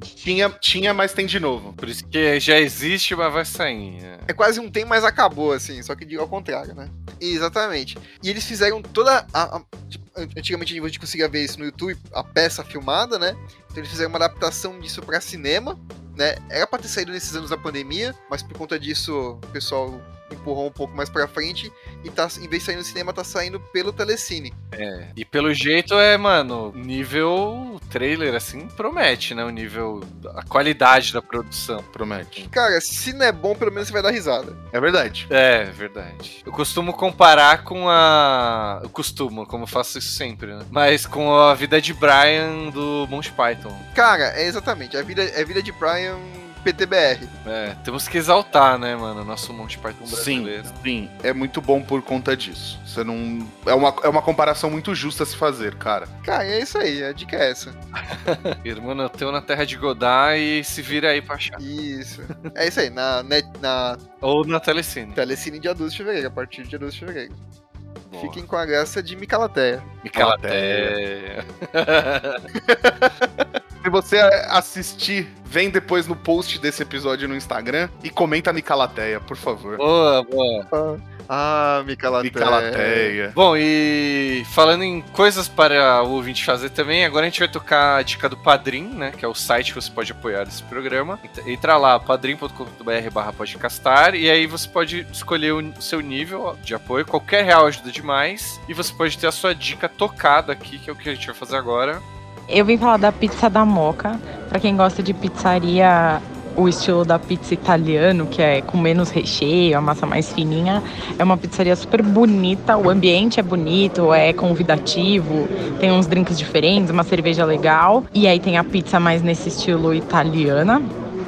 Tinha, tinha, mas tem de novo.
Por isso que já existe, mas vai sair. né?
É quase um tem, mas acabou, assim, só que de- ao contrário, né? Exatamente. E eles fizeram toda a. a- tipo, an- antigamente a gente conseguia ver isso no YouTube, a peça filmada, né? Então eles fizeram uma adaptação disso pra cinema, né? Era pra ter saído nesses anos da pandemia, mas por conta disso o pessoal empurrou um pouco mais pra frente e tá, em vez de sair no cinema, tá saindo pelo Telecine.
É. E pelo jeito é, mano, nível trailer, assim, promete, né? O nível, a qualidade da produção.
Promete.
Cara, se não é bom, pelo menos você vai dar risada.
É verdade.
É, verdade. Eu costumo comparar com a. Eu costumo, como eu faço isso sempre, né? Mas com a vida de Brian do Monty Python.
Cara, é exatamente. É a vida, é a vida de Brian PTBR.
É, temos que exaltar, né, mano, o nosso Monty Python
Sim,
brasileiro.
sim. É muito bom por conta disso. Você não. É uma, é uma comparação muito justa a se fazer, cara.
Cara, é isso aí, a dica é essa.
Irmão Nanteu na terra de Godard e se vira aí pra achar.
Isso. É isso aí, na, net, na
Ou na Telecine.
Telecine dia 12 de fevereiro, a partir do dia 12 de fevereiro.
Boa.
Fiquem com a graça de Micalateia.
Micaela é- Té.
Se você a- assistir, vem depois no post desse episódio no Instagram e comenta Micalateia, por favor.
boa, boa.
Ah, Micalateia.
Micalateia.
Bom, e falando em coisas para o ouvinte fazer também, agora a gente vai tocar a dica do Padrim, né? Que é o site que você pode apoiar esse programa. Ent- Entra lá, padrim.com.br barra podcastar, e aí você pode escolher o seu nível de apoio, qualquer real ajuda demais, e você pode ter a sua dica tocada aqui, que é o que a gente vai fazer agora.
Eu vim falar da pizza da Moca. Pra quem gosta de pizzaria, o estilo da pizza italiano, que é com menos recheio, a massa mais fininha, é uma pizzaria super bonita. O ambiente é bonito, é convidativo, tem uns drinks diferentes, uma cerveja legal. E aí tem a pizza mais nesse estilo italiana.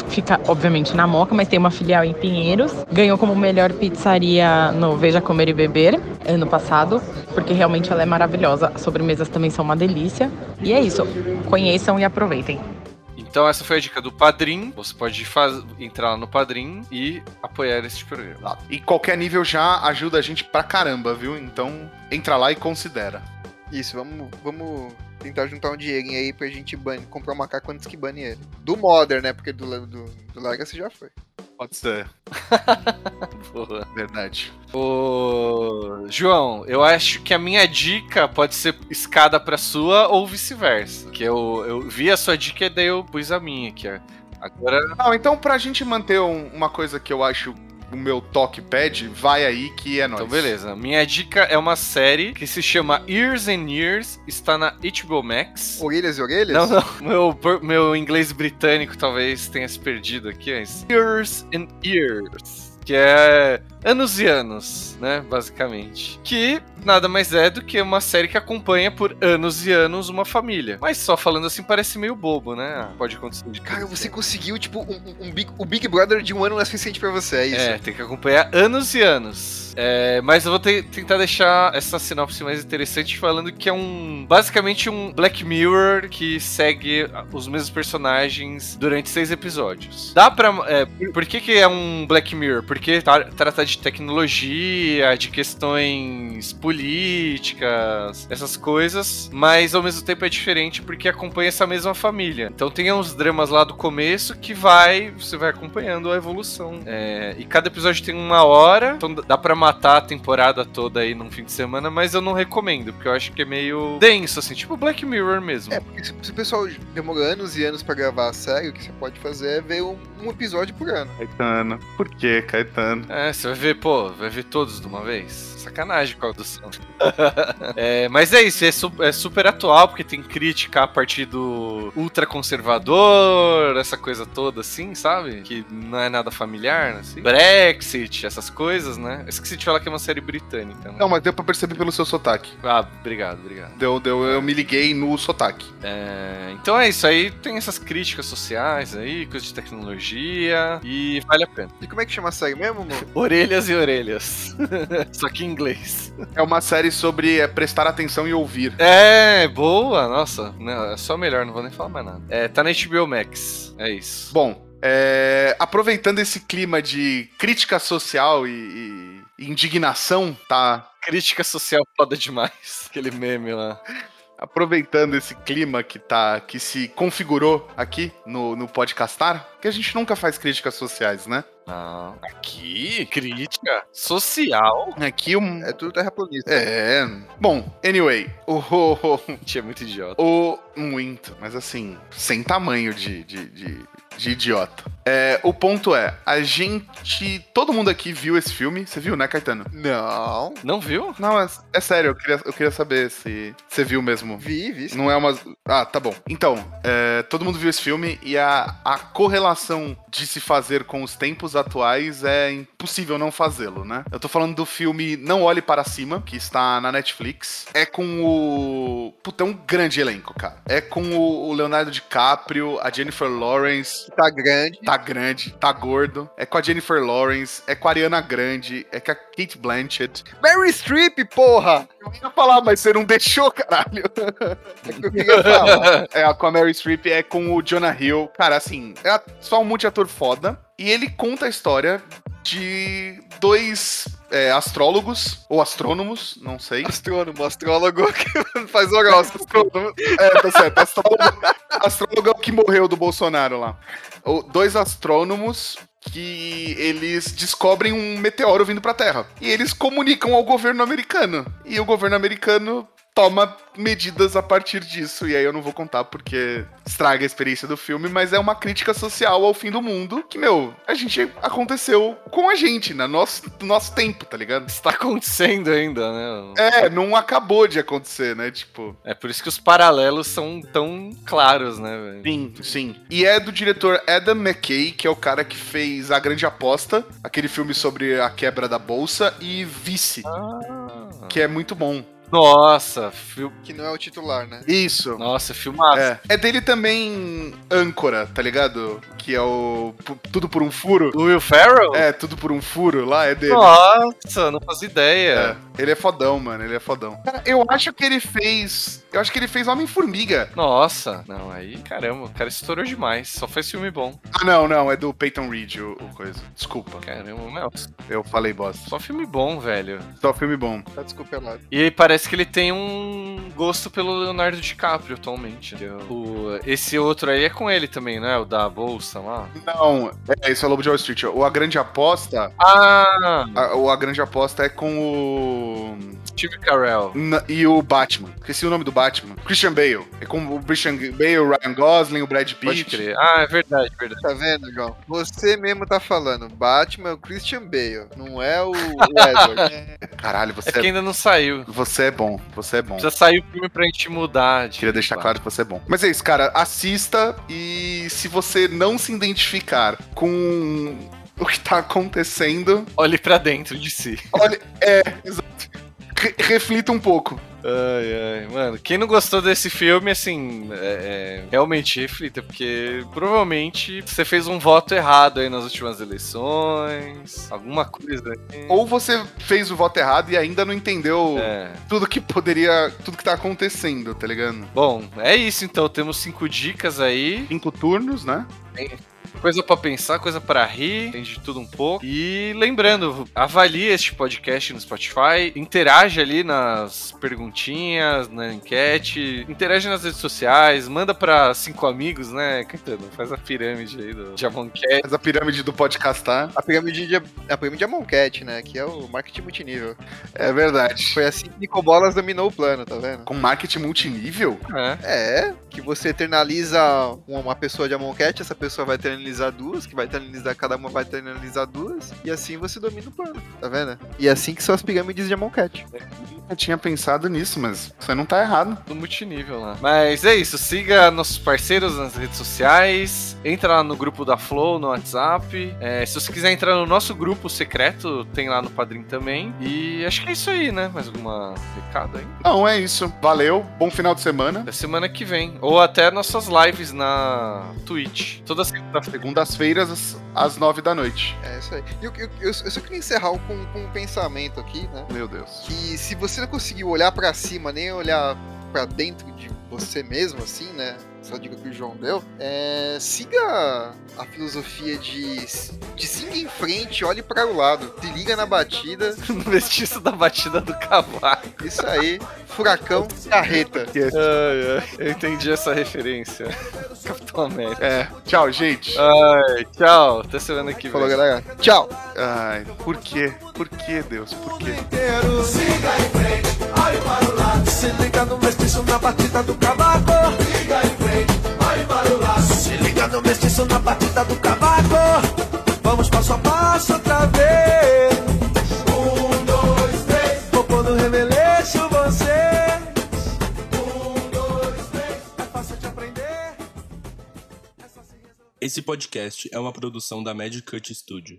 fica obviamente na Moca, mas tem uma filial em Pinheiros. Ganhou como melhor pizzaria no Veja Comer e Beber ano passado, porque realmente ela é maravilhosa. As sobremesas também são uma delícia. E é isso. Conheçam e aproveitem.
Então essa foi a dica do Padrim. Você pode faz- entrar lá no Padrim e apoiar este programa.
Lá. E qualquer nível já ajuda a gente pra caramba, viu? Então entra lá e considera.
Isso, vamos, vamos tentar juntar um dinheirinho aí pra gente bane, comprar um macaco antes que bane ele. Do Modern, né? Porque do, do, do Legacy já foi.
Pode ser,
Boa.
verdade.
Ô, João, eu acho que a minha dica pode ser escada pra sua ou vice-versa. Que eu, eu vi a sua dica e daí eu pus a minha aqui. ó. Agora,
Não, então pra gente manter um- uma coisa que eu acho o meu toque pede, vai aí que é nóis.
então beleza. Minha dica é uma série que se chama Ears and Years, está na HBO Max.
Orelhas e orelhas?
Não, não. Meu, por- meu inglês britânico talvez tenha se perdido aqui, mas. Years and Years. Que é anos e anos, né? Basicamente. Que nada mais é do que uma série que acompanha por anos e anos uma família. Mas só falando assim parece meio bobo, né? Ah, Pode acontecer de
Cara,
tudo.
você conseguiu, tipo, um, um- um big, o Big Brother de um ano não é suficiente pra você, é isso.
É, tem que acompanhar anos e anos. É, mas eu vou te- tentar deixar essa sinopse mais interessante falando que é um. Basicamente um Black Mirror que segue os mesmos personagens durante seis episódios. Dá pra. é, por- por que, que é um Black Mirror? Porque tra- trata de tecnologia, de questões políticas, essas coisas, mas ao mesmo tempo é diferente porque acompanha essa mesma família. Então tem uns dramas lá do começo que vai. Você vai acompanhando a evolução É, e cada episódio tem uma hora, então d- dá pra matar a temporada toda aí num fim de semana, mas eu não recomendo, porque eu acho que é meio denso, assim, tipo Black Mirror mesmo.
É, porque se, se o pessoal demora anos e anos pra gravar a série, o que você pode fazer é ver um, um episódio por ano.
Caetano. Por que, Caetano?
É, você vai ver, pô, vai ver todos de uma vez. Sacanagem com a audição. é, mas é isso, é, su- é super atual, porque tem crítica a partir do ultraconservador, essa coisa toda assim, sabe? Que não é nada familiar, assim. Brexit, essas coisas, né? Esqueci de falar que é uma série britânica, né?
Não, mas deu pra perceber pelo seu sotaque.
Ah, obrigado, obrigado.
Deu, deu, eu me liguei no sotaque.
É, então é isso aí, tem essas críticas sociais aí, coisa de tecnologia, e vale a pena.
E como é que chama a série mesmo, mano?
Orelhas e orelhas. Só que em inglês.
É uma série sobre é, prestar atenção e ouvir.
É, boa, nossa. Não, é só melhor, não vou nem falar mais nada. É, tá na HBO Max, é isso.
Bom, é, aproveitando esse clima de crítica social e, e indignação, tá?
Crítica social foda demais. Aquele meme lá.
Aproveitando esse clima que tá, que se configurou aqui no, no podcastar, que a gente nunca faz críticas sociais, né?
Não. Aqui? Crítica? Social?
Aqui um.
É tudo terraplanista.
É. Bom, anyway. O, o,
Gente, é muito idiota.
o- muito, mas assim, sem tamanho de, de, de, de idiota. É, o ponto é, a gente. Todo mundo aqui viu esse filme. Você viu, né, Caetano?
Não.
Não viu?
Não, é, é sério, eu queria, eu queria saber se você viu mesmo.
Vi, vi.
Não é uma. Ah, tá bom. Então, é, todo mundo viu esse filme e a, a correlação de se fazer com os tempos atuais é impossível não fazê-lo, né? Eu tô falando do filme Não Olhe Para Cima, que está na Netflix. É com o. Puta, é um grande elenco, cara. É com o, o Leonardo DiCaprio, a Jennifer Lawrence.
Tá grande.
Tá grande, tá gordo. É com a Jennifer Lawrence, é com a Ariana Grande, é com a Kate Blanchett.
Mary Streep, porra!
Eu ia falar, mas você não deixou, caralho.
É que eu queria falar.
É, com a Mary Streep, é com o Jonah Hill. Cara, assim, é a- só um multiator foda. E ele conta a história de dois é, astrólogos, ou astrônomos, não sei.
Astrônomo, um astrólogo que faz horóscopo.
Astrônomo. É, tá certo. Astrólogo, astrólogo é o que morreu do Bolsonaro lá. O- Dois astrônomos que eles descobrem um meteoro vindo pra Terra. E eles comunicam ao governo americano. E o governo americano toma medidas a partir disso. E aí eu não vou contar porque estraga a experiência do filme, mas é uma crítica social ao fim do mundo que, meu, a gente aconteceu com a gente, na nosso, no nosso tempo, tá ligado?
Está acontecendo ainda, né?
É, não acabou de acontecer, né? Tipo.
É por isso que os paralelos são tão claros, né, velho?
Sim, sim. E é do diretor Adam McKay, que é o cara que fez A Grande Aposta, aquele filme sobre a quebra da bolsa, e Vice,
Ah.
que é muito bom.
Nossa, fil...
Que não é o titular, né?
Isso.
Nossa, filmaço.
É. é dele também âncora, tá ligado? Que é o P- tudo por um furo.
Do Will Ferrell?
É, tudo por um furo lá é dele.
Nossa, não fazia ideia.
É. Ele é fodão, mano, ele é fodão. Cara, eu acho que ele fez, eu acho que ele fez Homem-Formiga.
Nossa, não, aí, caramba, o cara estourou demais. Só faz filme bom.
Ah, não, não, é do Peyton Reed o, o coisa. Desculpa,
Caramba, meu,
eu falei bosta.
só filme bom, velho.
Só filme bom.
Tá desculpelado.
E aí parece que ele tem um gosto pelo Leonardo DiCaprio atualmente. né? O, esse outro aí é com ele também, né? O da bolsa lá.
Não, é, isso é Lobo de Wall Street. O A Grande Aposta,
Ah,
a, o A Grande Aposta é com o
Steve Carell.
Na- e o Batman. Esqueci o nome do Batman. Christian Bale. É com o Christian Bale, o Ryan Gosling, o Brad Pitt.
Pode crer. Ah, é verdade, verdade.
Tá vendo, João? Você mesmo tá falando. Batman é o Christian Bale, não é o Edward.
Caralho,
É
você é,
porque ainda não saiu.
você é bom. Você é bom.
Precisa sair o filme pra gente mudar. de-
Queria deixar claro que você é bom. Mas é isso, cara. Assista e se você não se identificar com o que tá acontecendo,
Olhe pra dentro de si.
re- reflita um pouco.
Ai, ai, É, mano. Quem não gostou desse filme, assim, é, é, realmente reflita, porque provavelmente você fez um voto errado aí nas últimas eleições, alguma coisa.
Ou você fez o voto errado e ainda não entendeu
É.
tudo que poderia. tudo que tá acontecendo, tá ligado?
Bom, é isso então. Temos cinco dicas aí.
Cinco turnos, né?
Coisa pra pensar, coisa pra rir, tem de tudo um pouco. E lembrando, avalie este podcast no Spotify, interage ali nas perguntinhas, na enquete, interage nas redes sociais, manda pra cinco amigos, né, Caetano? Faz a pirâmide aí do Jamonquete.
Mas a pirâmide do podcastar. é
a pirâmide de a pirâmide de Amoncat, né? Que é o marketing multinível.
É verdade.
Foi assim que Nicobolas dominou o plano, tá vendo?
Com marketing multinível?
né?
É, que você eternaliza uma pessoa de Amoncat, essa pessoa vai eternalizar duas, que vai eternalizar, cada uma vai eternalizar duas, e assim você domina o plano, tá vendo? E é assim que são as pirâmides de Amoncat.
Eu tinha pensado nisso, mas você não tá errado.
Do multinível lá. Mas é isso, siga nossos parceiros nas redes sociais, entra lá no grupo da Flow, no WhatsApp. É, se você quiser entrar no nosso grupo secreto, tem lá no Padrim também. E acho que é isso aí, né? Mais alguma recado aí?
Não, é isso. Valeu, bom final de semana.
Da semana que vem. Ou até nossas lives na Twitch. Toda segunda-feira.
Segundas-feiras, às- às nove da noite.
É isso aí. E eu, eu- eu- eu só queria encerrar com, com um pensamento aqui, né?
Meu Deus.
que se você não conseguir olhar pra cima nem olhar pra dentro de você mesmo, assim, né? Essa dica que o João deu, é, siga a filosofia de, de siga em frente, olhe para o lado, se liga na batida,
No vestido da batida do cavalo.
isso aí, furacão, carreta.
Ai, ai. Eu entendi essa referência. Capitão América.
É, tchau, gente.
Ai, tchau. Até semana que vem.
Falou, galera. Tchau!
Ai, por quê? Por quê, Deus? Por quê?
inteiro. Siga em frente, olhe para o lado. Se liga no mestiço na batida do cavaco. Liga em frente, olhe para o lado. Se liga no mestiço na batida do cavaco. Vamos passo a passo outra vez. Um, dois, três. Vou pôr no remeleixo você. Um, dois, três. É fácil de aprender. É só se resolver.
Esse podcast é uma produção da Magic Cut Studio.